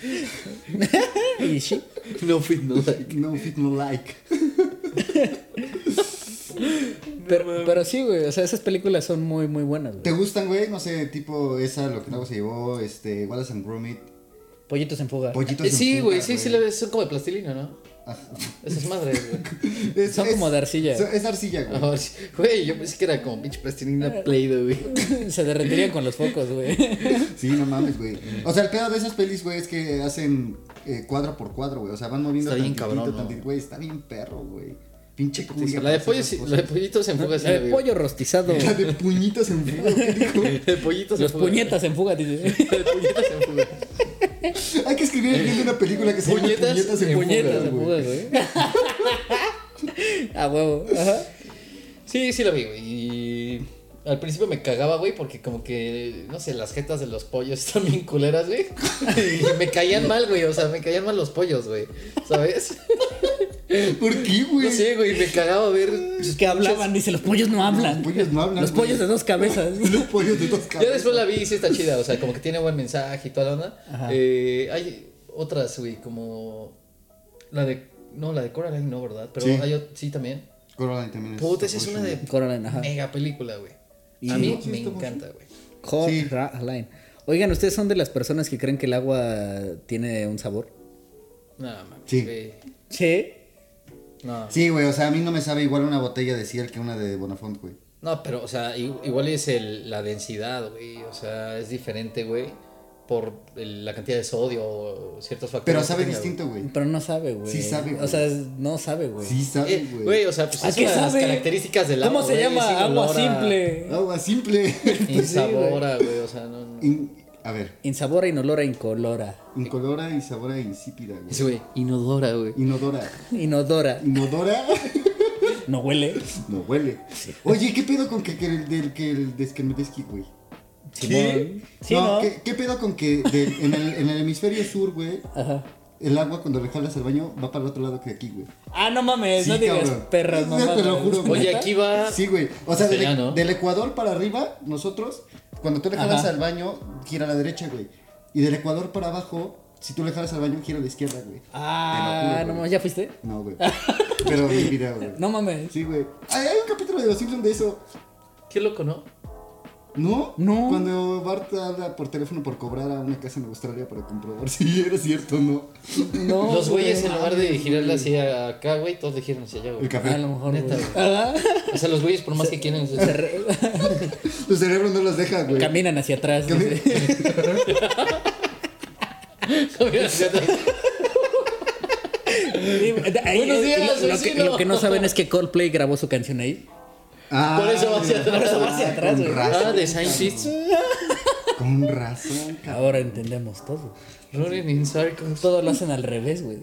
Speaker 1: Y sí.
Speaker 3: No fit, no like.
Speaker 2: No fit, no like.
Speaker 1: Pero, pero sí, güey. O sea, esas películas son muy, muy buenas,
Speaker 2: ¿Te
Speaker 1: güey.
Speaker 2: gustan, güey? No sé, tipo esa, lo que luego se llevó, este, Wallace and Gromit,
Speaker 1: Pollitos en fuga.
Speaker 2: Pollitos
Speaker 3: Eh,
Speaker 2: en
Speaker 3: sí,
Speaker 2: fuga,
Speaker 3: güey, sí, sí, la ves. Son como de plastilina, ¿no? Esas madres, güey.
Speaker 2: Es-
Speaker 1: Son
Speaker 2: es-
Speaker 1: como de arcilla.
Speaker 2: so- Es arcilla, güey.
Speaker 3: Ahora sí. Güey, yo pensé que era como pinche plastilina Play-Doh, güey.
Speaker 1: Se derretirían con los focos, güey. Eh,
Speaker 2: Sí, no mames, güey. O sea, el pedo de esas pelis, güey, es que hacen eh, cuadro por cuadro, güey. O sea, van moviendo
Speaker 3: Está bien
Speaker 2: tantitito,
Speaker 3: cabrón, ¿no?
Speaker 2: tantitito, güey. Está bien perro, güey. Pinche curia.
Speaker 3: La de,
Speaker 2: para
Speaker 3: pollo,
Speaker 2: hacer
Speaker 3: sí-
Speaker 2: esas
Speaker 3: la de
Speaker 2: cosas.
Speaker 3: pollitos en fuga sí la
Speaker 1: El
Speaker 3: vi.
Speaker 1: pollo rostizado.
Speaker 2: La de puñitos en fuga, ¿qué dijo?
Speaker 3: De pollitos en
Speaker 1: Los
Speaker 3: fuga.
Speaker 1: puñetas en fuga, dice.
Speaker 3: De puñetas en fuga.
Speaker 2: Hay que escribir el guión de una película que se llama
Speaker 3: Puñetas
Speaker 2: Puñetas en
Speaker 3: en
Speaker 1: Puñetas
Speaker 2: fuga,
Speaker 1: en
Speaker 2: güey.
Speaker 1: fuga, güey. A huevo. Ajá.
Speaker 3: Sí, sí la vi, güey. Y al principio me cagaba, güey, porque como que, no sé, las jetas de los pollos están bien culeras, güey. Y me caían mal, güey. O sea, me caían mal los pollos, güey. ¿Sabes?
Speaker 2: ¿Por qué, güey?
Speaker 3: No sé, güey. Me cagaba ver.
Speaker 1: Es que hablaban, dice, los pollos no hablan.
Speaker 2: Los pollos no hablan,
Speaker 1: Los
Speaker 2: güey.
Speaker 1: pollos de dos cabezas.
Speaker 2: Los pollos de dos
Speaker 3: Ya
Speaker 2: cabezas.
Speaker 3: después la vi y sí está chida. O sea, como que tiene buen mensaje y toda la onda. Eh, hay otras, güey, como. La de. No, la de Coraline no, ¿verdad? Pero
Speaker 2: Sí.
Speaker 3: hay ot- sí también.
Speaker 2: Coraline también es.
Speaker 3: Puta, esa es
Speaker 2: stop
Speaker 3: una de
Speaker 1: Coraline, ajá.
Speaker 3: mega película, güey.
Speaker 2: Y-
Speaker 3: A mí
Speaker 2: Sí,
Speaker 3: me
Speaker 2: está muy
Speaker 3: encanta, güey.
Speaker 2: Sí.
Speaker 1: Coraline. Oigan, ¿ustedes son de las personas que creen que el agua tiene un sabor?
Speaker 3: No, mames,
Speaker 2: Sí.
Speaker 3: güey.
Speaker 1: Sí.
Speaker 3: No.
Speaker 2: Sí, güey, o sea, a mí no me sabe igual una botella de Ciel que una de Bonafont, güey.
Speaker 3: No, pero, o sea, i- igual es el- la densidad, güey. O sea, es diferente, güey. Por el- la cantidad de sodio o ciertos factores.
Speaker 2: Pero
Speaker 3: que
Speaker 2: sabe
Speaker 3: tenga,
Speaker 2: distinto, güey.
Speaker 1: Pero no sabe, güey.
Speaker 2: Sí sabe, güey.
Speaker 1: O sea, es- no sabe, güey.
Speaker 2: Sí
Speaker 3: güey.
Speaker 2: sabe,
Speaker 3: Eh,
Speaker 2: güey.
Speaker 3: Güey, o sea, pues
Speaker 1: ¿A
Speaker 3: es
Speaker 1: qué
Speaker 3: una de las
Speaker 1: Ah, sabe?
Speaker 3: características del agua.
Speaker 1: ¿Cómo se
Speaker 3: güey,
Speaker 1: llama?
Speaker 3: sin
Speaker 1: Agua
Speaker 3: olor a-
Speaker 1: simple.
Speaker 2: Agua simple.
Speaker 3: Insabora, güey. O sea, no. no.
Speaker 2: In- a ver,
Speaker 1: Insabora, inolora, incolora.
Speaker 2: incolora y sabora insípida, güey.
Speaker 3: Sí, güey. Inodora, güey.
Speaker 2: Inodora.
Speaker 1: Inodora.
Speaker 2: Inodora.
Speaker 1: No huele.
Speaker 2: No huele. Oye, ¿qué pedo con que, que el del que el desquemeteski, güey?
Speaker 1: Simón. Sí,
Speaker 2: no,
Speaker 1: ¿no?
Speaker 2: ¿qué, qué pedo con que del- en, el, en el hemisferio sur, güey,
Speaker 1: Ajá.
Speaker 2: el agua cuando le jalas al baño va para el otro lado que aquí, güey?
Speaker 1: Ah, no mames,
Speaker 2: Sí,
Speaker 1: no digas
Speaker 2: cabrón.
Speaker 1: perras, no
Speaker 2: Te
Speaker 1: mames.
Speaker 2: lo juro, güey.
Speaker 3: Oye, aquí va.
Speaker 2: Sí, güey. O sea,
Speaker 3: Pues
Speaker 2: del,
Speaker 3: ya, ¿no?
Speaker 2: del Ecuador para arriba, nosotros, cuando tú le jalas
Speaker 1: Ajá.
Speaker 2: al baño, gira a la derecha, güey. Y del Ecuador para abajo, si tú le jalas al baño, gira a la izquierda, güey. Te lo
Speaker 1: Ah,
Speaker 2: juro,
Speaker 1: no
Speaker 2: güey.
Speaker 1: mames, ¿ya fuiste?
Speaker 2: No, güey. Pero mi video, güey.
Speaker 1: No mames.
Speaker 2: Sí, güey. Ay, hay un capítulo de Los Simpsons de eso.
Speaker 3: Qué loco, ¿no?
Speaker 2: ¿No?
Speaker 1: No.
Speaker 2: Cuando Bart habla por teléfono por cobrar a una casa en Australia para comprobar si era cierto o no.
Speaker 1: No,
Speaker 3: Los güeyes, en
Speaker 1: güey.
Speaker 3: lugar de girarle hacia acá, güey, todos le giran hacia allá,
Speaker 2: El
Speaker 3: güey.
Speaker 1: A lo
Speaker 2: café.
Speaker 1: mejor,
Speaker 3: Neta,
Speaker 1: güey.
Speaker 3: güey.
Speaker 1: Ajá.
Speaker 3: O sea, los güeyes, por más que quieren.
Speaker 1: Se re-
Speaker 2: Tu cerebro no los deja, güey.
Speaker 1: Caminan hacia atrás.
Speaker 2: Cami-
Speaker 1: dice. Ahí,
Speaker 3: Buenos
Speaker 1: eh,
Speaker 3: días,
Speaker 1: lo, lo que,
Speaker 3: vecino.
Speaker 1: lo que no saben es que Coldplay grabó su canción ahí.
Speaker 2: Ah,
Speaker 3: Por eso va hacia
Speaker 1: Por eso va
Speaker 3: atrás.
Speaker 1: hacia atrás,
Speaker 2: con
Speaker 1: güey.
Speaker 2: razón,
Speaker 3: Ah, de Saint Seats.
Speaker 2: Con razón, cabrón.
Speaker 1: Ahora entendemos todo.
Speaker 3: Running in circles.
Speaker 1: Todo lo hacen al revés, güey.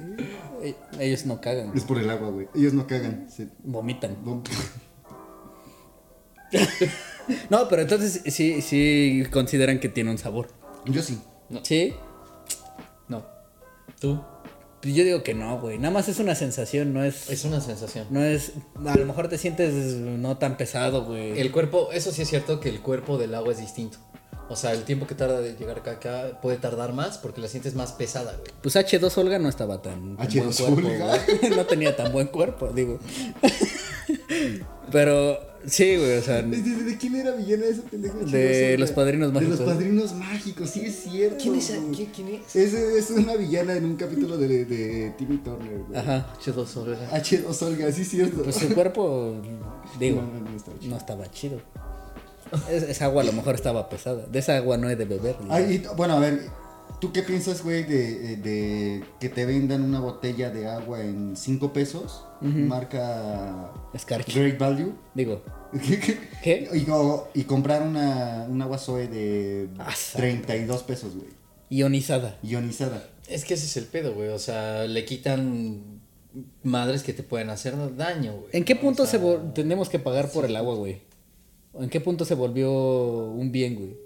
Speaker 1: Eh, Ellos no cagan,
Speaker 2: Es por el agua, güey. Ellos no cagan. se
Speaker 1: vomitan.
Speaker 2: vom-
Speaker 1: No, pero entonces sí, sí consideran que tiene un sabor.
Speaker 2: Yo sí.
Speaker 1: Sí.
Speaker 3: No. Tú.
Speaker 1: Pues Yo digo que no, güey. Nada más es una sensación, no es.
Speaker 3: Es una sensación.
Speaker 1: No es. A lo mejor te sientes no tan pesado, güey.
Speaker 3: El cuerpo, eso sí es cierto que el cuerpo del agua es distinto. O sea, el tiempo que tarda de llegar acá, acá puede tardar más porque la sientes más pesada, güey.
Speaker 1: Pues H2 Olga no estaba tan. tan
Speaker 2: H2 Olga.
Speaker 1: güey. No tenía tan buen cuerpo, digo. Pero sí, güey, o sea.
Speaker 2: ¿De, de- de quién era villana esa pendeja?
Speaker 1: De
Speaker 2: Chilosa,
Speaker 1: los
Speaker 2: güey.
Speaker 1: padrinos mágicos.
Speaker 2: De los padrinos mágicos, sí es cierto.
Speaker 3: ¿Quién es?
Speaker 2: güey.
Speaker 3: ¿Quién, quién es?
Speaker 2: Es, es una villana en un capítulo de, de Timmy Turner, güey.
Speaker 1: Ajá.
Speaker 3: H2 Olga.
Speaker 2: H2 Olga, sí es cierto.
Speaker 1: Pues su cuerpo, digo,
Speaker 2: No, no, no estaba chido.
Speaker 1: no estaba chido. Es- esa agua a lo mejor estaba pesada. De esa agua no he de beber. ¿no?
Speaker 2: Ay, y t- bueno, a ver, ¿tú qué piensas, güey, de, eh, de que te vendan una botella de agua en 5 pesos? Marca
Speaker 1: Escarcha.
Speaker 2: Great Value.
Speaker 1: Digo, ¿Qué?
Speaker 2: Y, co- y comprar una, un agua Zoe de
Speaker 1: Ah, sa-
Speaker 2: 32 pesos, güey.
Speaker 1: ionizada.
Speaker 2: Ionizada.
Speaker 3: Es que ese es el pedo, güey. O sea, le quitan madres que te pueden hacer daño, güey.
Speaker 1: ¿En qué
Speaker 3: ¿no?
Speaker 1: punto
Speaker 3: O sea,
Speaker 1: se vol- tenemos que pagar por el agua, güey? ¿O ¿En qué punto se volvió un bien, güey?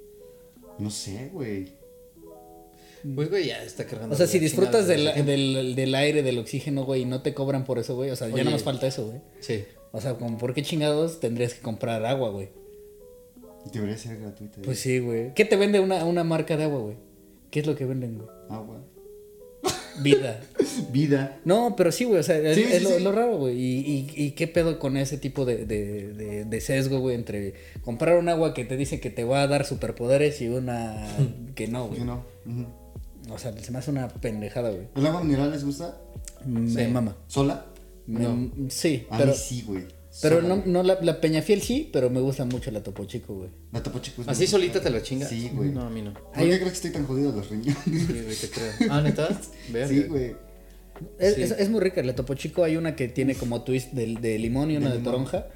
Speaker 2: No sé, güey.
Speaker 3: Pues, güey, ya está cargando.
Speaker 1: O sea,
Speaker 3: la
Speaker 1: si disfrutas
Speaker 3: chingada
Speaker 1: del,
Speaker 3: desde
Speaker 1: del- del aire, del oxígeno, güey, y no te cobran por eso, güey. O sea, ya
Speaker 3: Oye.
Speaker 1: no nos falta eso, güey.
Speaker 3: Sí.
Speaker 1: O sea, como, ¿por qué chingados tendrías que comprar agua, güey?
Speaker 2: Debería ser gratuita. ¿eh? güey.
Speaker 1: Pues sí, güey. ¿Qué te vende una, una marca de agua, güey? ¿Qué es lo que venden, güey?
Speaker 2: Agua.
Speaker 1: Vida.
Speaker 2: Ah, Vida.
Speaker 1: No, pero sí, güey, o sea, es,
Speaker 2: Sí,
Speaker 1: es
Speaker 2: sí,
Speaker 1: lo,
Speaker 2: sí.
Speaker 1: es lo raro, güey. Y, y, y qué pedo con ese tipo de, de, de- de sesgo, güey, entre comprar un agua que te dice que te va a dar superpoderes y una que no, güey.
Speaker 2: Yo no. Ujú.
Speaker 1: O sea, se me hace una pendejada, güey.
Speaker 2: ¿El agua mineral les gusta?
Speaker 1: Me mama.
Speaker 2: ¿Sola?
Speaker 1: Me- Sí,
Speaker 2: A
Speaker 1: pero,
Speaker 2: mí sí, güey.
Speaker 1: pero
Speaker 2: Sola,
Speaker 1: no,
Speaker 2: güey.
Speaker 1: no la, la Peñafiel sí, pero me gusta mucho la Topo Chico, güey.
Speaker 2: La Topo Chico es
Speaker 3: ¿Así
Speaker 2: muy-
Speaker 3: solita te la chingas?
Speaker 2: Sí, güey.
Speaker 3: No, a mí no.
Speaker 2: ¿Por qué crees que estoy tan jodido de los riñones?
Speaker 3: Sí, güey, te creo. Ah, ¿neta? Verga.
Speaker 2: Sí, güey.
Speaker 1: Es,
Speaker 3: Sí.
Speaker 1: es- es muy rica, la Topo Chico hay una que tiene como twist de, de limón y una de, toronja.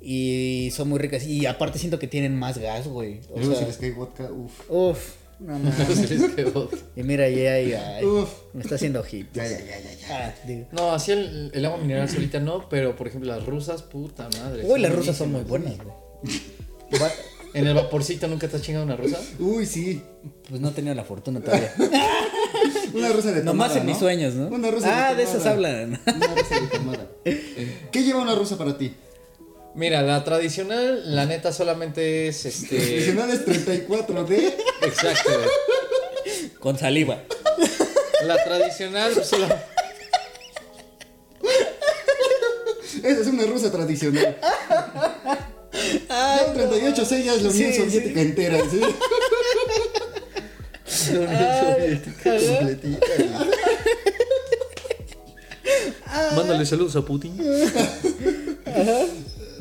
Speaker 1: Y son muy ricas. Y aparte siento que tienen más gas, güey. O
Speaker 2: Luego
Speaker 1: sea,
Speaker 2: si les cae vodka, uff.
Speaker 1: Uf, no mames.
Speaker 3: Entonces, es que vos-
Speaker 1: Y mira, ya, ya, ay,
Speaker 2: Uf.
Speaker 1: me está haciendo hit.
Speaker 2: Ya, ya, ya, ya, ya.
Speaker 1: Ah, digo.
Speaker 3: No, así el, el agua mineral solita no, pero por ejemplo las rusas, puta madre.
Speaker 1: Uy,
Speaker 3: son
Speaker 1: las rusas son muy
Speaker 3: buenísimas.
Speaker 1: buenas, güey. Va-
Speaker 3: ¿En el vaporcito nunca te has chingado una rusa?
Speaker 2: Uy, sí.
Speaker 1: Pues no he tenido la fortuna todavía.
Speaker 2: Una rosa de tomada.
Speaker 1: Nomás en
Speaker 2: ¿no?
Speaker 1: mis sueños, ¿no?
Speaker 2: Una rosa de
Speaker 1: Ah, de esas
Speaker 2: tomada.
Speaker 1: hablan.
Speaker 2: Una rosa de tomada. ¿Qué lleva una rosa para ti?
Speaker 3: Eh. Mira, la tradicional, la neta solamente es este.
Speaker 2: Tradicional es 34 de.
Speaker 3: Exacto, güey.
Speaker 1: Con saliva.
Speaker 3: La tradicional pues, solo.
Speaker 2: Esa es una rosa tradicional. Son 38 sellas la Unión
Speaker 1: Sí,
Speaker 2: Soviética entera, ¿sí? Completita, güey.
Speaker 3: Mándale saludos a Putin.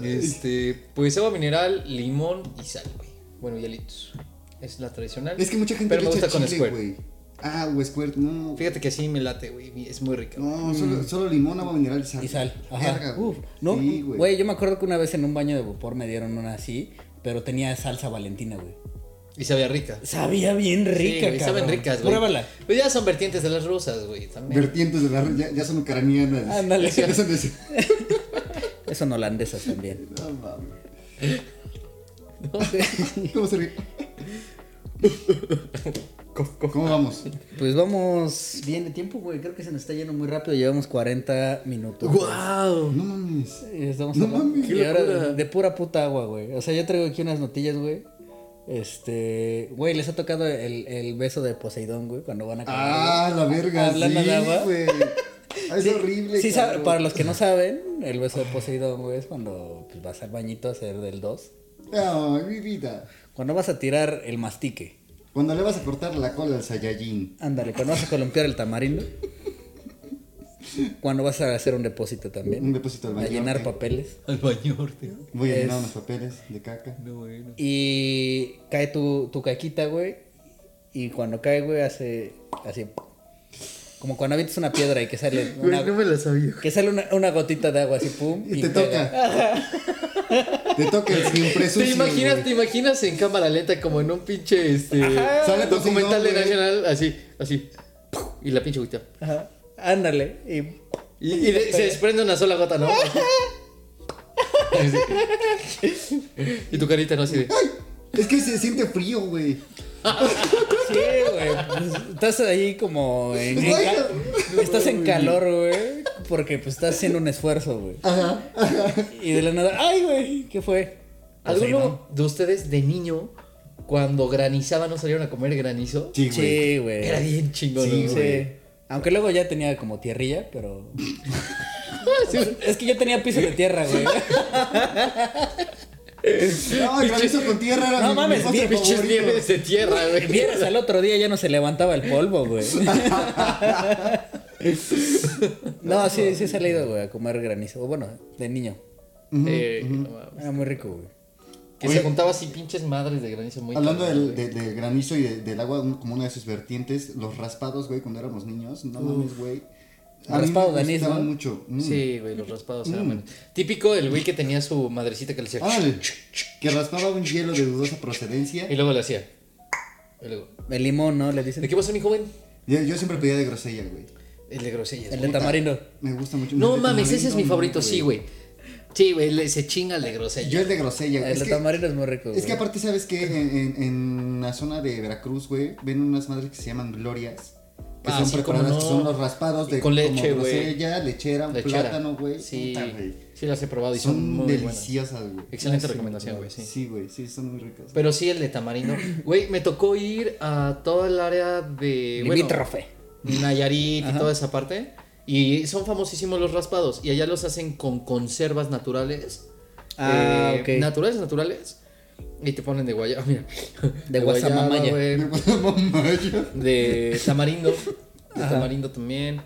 Speaker 3: Este, pues agua mineral, limón y sal, güey. Bueno, hielitos. Es la tradicional.
Speaker 2: Es que mucha gente le
Speaker 3: Pero me
Speaker 2: echa
Speaker 3: gusta con
Speaker 2: chile,
Speaker 3: Squirt.
Speaker 2: güey. Ah, o Squirt, no.
Speaker 3: Fíjate que sí me late, güey. Es muy rica.
Speaker 2: No, solo, solo limón, agua mineral y sal.
Speaker 1: Y sal. Ajá.
Speaker 2: Verga,
Speaker 1: Uf,
Speaker 2: güey.
Speaker 1: no,
Speaker 2: Sí,
Speaker 1: güey. yo me acuerdo que una vez en un baño de vapor me dieron una así, pero tenía salsa valentina, güey.
Speaker 3: Y sabía rica.
Speaker 1: Sabía bien rica,
Speaker 3: Sí, güey,
Speaker 1: cabrón.
Speaker 3: saben ricas, güey.
Speaker 1: Pruébala.
Speaker 3: Pero ya son vertientes de las rusas, güey, también.
Speaker 2: Vertientes de la red, ya, ya son ucranianas.
Speaker 1: Ándale.
Speaker 2: Ya son de-
Speaker 1: Son holandesas también.
Speaker 2: No mames.
Speaker 3: No, güey.
Speaker 2: ¿Cómo se ríe? ¿Cómo vamos?
Speaker 1: Pues vamos bien de tiempo, güey. Creo que se nos está yendo muy rápido. Llevamos 40 minutos.
Speaker 2: No mames.
Speaker 1: Estamos
Speaker 2: No
Speaker 1: hablando-
Speaker 2: mames.
Speaker 1: y ahora de, de pura puta agua, güey. O sea, yo traigo aquí unas notillas, güey. Este, güey, les ha tocado el, el beso de Poseidón, güey, cuando van a cagar,
Speaker 2: Ah, la verga.
Speaker 1: Hablando
Speaker 2: sí,
Speaker 1: de agua.
Speaker 2: güey. Ah, Es
Speaker 1: Sí,
Speaker 2: horrible.
Speaker 1: sí, sabe-
Speaker 2: cabrón.
Speaker 1: para los que no saben, el beso de Poseidón, güey, es cuando pues, vas al bañito a hacer del 2.
Speaker 2: Ay, mi vida.
Speaker 1: Cuando vas a tirar el mastique.
Speaker 2: Cuando le vas a cortar la cola al Saiyajin.
Speaker 1: Ándale, cuando vas a columpiar el tamarindo. Cuando vas a hacer un depósito también.
Speaker 2: Un depósito al
Speaker 1: A
Speaker 2: baño.
Speaker 1: llenar
Speaker 2: ok.
Speaker 1: papeles.
Speaker 3: Al bañorte. güey.
Speaker 2: Voy a llenar unos papeles de caca.
Speaker 3: No, güey, no.
Speaker 1: Y cae tu, tu caquita, güey. Y cuando cae, güey, hace así. Como cuando avientas una piedra y que sale una,
Speaker 3: Güey, no me lo sabía.
Speaker 1: que sale una, una gotita de agua así, pum.
Speaker 2: Y te
Speaker 1: pega.
Speaker 2: toca. te toca el siempre sucio.
Speaker 3: ¿Te imaginas,
Speaker 2: güey.
Speaker 3: te imaginas en cámara lenta como en un pinche este
Speaker 2: Sale tu
Speaker 3: documental de
Speaker 2: signo, güey.
Speaker 3: National así, así y la pinche agüita.
Speaker 1: Ajá. Ándale. Y
Speaker 3: Y, y de- se desprende una sola gota, ¿no? y tu carita no así
Speaker 2: Pues
Speaker 3: de
Speaker 2: Es que se siente frío, güey.
Speaker 1: Sí, güey. pues, estás ahí como en, en
Speaker 2: Güey.
Speaker 1: ca- estás en calor, güey. Porque pues estás haciendo un esfuerzo, güey.
Speaker 2: Ajá.
Speaker 1: Y de la nada, ay, güey, ¿qué fue? Pues,
Speaker 3: ¿Alguno
Speaker 1: ahí va.
Speaker 3: de ustedes de niño cuando granizaban no salieron a comer granizo?
Speaker 2: Sí, güey.
Speaker 1: Sí, güey.
Speaker 3: Era bien chingón.
Speaker 2: Sí,
Speaker 3: ¿no?
Speaker 1: Sí. Aunque luego ya tenía como tierrilla, pero. Es que yo tenía piso de tierra, güey.
Speaker 2: No, el granizo con tierra era
Speaker 1: No
Speaker 2: mi-
Speaker 1: mames,
Speaker 2: mi postre
Speaker 1: bien
Speaker 3: Pinches
Speaker 2: favorito.
Speaker 3: nieves de tierra, güey.
Speaker 1: Vieras al otro día ya no se levantaba el polvo, güey. No, sí, sí he salido, güey, a comer granizo. O Bueno, de niño.
Speaker 3: Eh, no mames.
Speaker 1: Era muy rico, güey.
Speaker 3: que se juntaba así pinches madres de granizo muy
Speaker 2: Hablando
Speaker 3: cabrón,
Speaker 2: del,
Speaker 3: güey.
Speaker 2: de- del granizo y de- del agua un- como una de sus vertientes, los raspados, güey, cuando éramos niños, no mames, güey. A mí
Speaker 1: Raspado
Speaker 2: me
Speaker 1: de anís,
Speaker 2: gustaban
Speaker 1: ¿no?
Speaker 2: mucho. Mm.
Speaker 3: Sí, güey, los raspados eran buenos. Típico el güey que tenía su madrecita que le hacía.
Speaker 2: Órale. Que raspaba un hielo de dudosa procedencia.
Speaker 3: Y luego le hacía. Y luego,
Speaker 1: El limón, ¿no? Le dicen.
Speaker 3: ¿De qué pasó, mi joven?
Speaker 2: Yo, yo siempre pedía de grosella, güey.
Speaker 3: El de grosellas.
Speaker 1: El
Speaker 3: güey.
Speaker 1: de tamarindo.
Speaker 2: Me gusta mucho.
Speaker 3: No
Speaker 2: El de
Speaker 3: mames, ese es mi
Speaker 2: tamarindo,
Speaker 3: favorito, sí, güey. Sí, güey, le- se chinga el de grosellas.
Speaker 2: Yo el de grosella, güey.
Speaker 1: El
Speaker 2: Es
Speaker 1: de
Speaker 2: que-
Speaker 1: tamarindo es muy rico.
Speaker 2: Es que
Speaker 1: güey.
Speaker 2: aparte, ¿sabes qué? En, en- en la zona de Veracruz, güey, ven unas madres que se llaman glorias. Que
Speaker 3: Ah,
Speaker 2: son
Speaker 3: sí,
Speaker 2: preparadas,
Speaker 3: cómo no.
Speaker 2: que son los raspados de
Speaker 3: Y con leche,
Speaker 2: como
Speaker 3: güey.
Speaker 2: grosella, lechera, un
Speaker 3: Lechera.
Speaker 2: plátano, güey.
Speaker 3: Sí,
Speaker 2: Puta, güey.
Speaker 3: sí, las he probado y son,
Speaker 2: Son
Speaker 3: muy
Speaker 2: deliciosas, güey.
Speaker 3: buenas. Excelente recomendación, güey, sí.
Speaker 2: Sí, güey, sí, son muy ricas.
Speaker 3: Pero sí, el de tamarindo. Güey, me tocó ir a toda el área de. bueno,
Speaker 1: Limítrofe.
Speaker 3: Nayarit y toda esa parte. Y son famosísimos los raspados. Y allá los hacen con conservas naturales.
Speaker 1: Ah,
Speaker 3: eh,
Speaker 1: ok.
Speaker 3: Naturales, naturales. Y te ponen de guayaba, mira.
Speaker 1: De
Speaker 3: guayaba,
Speaker 1: guasamaya.
Speaker 3: güey,
Speaker 2: Me pone mamayo.
Speaker 3: De tamarindo. De tamarindo también.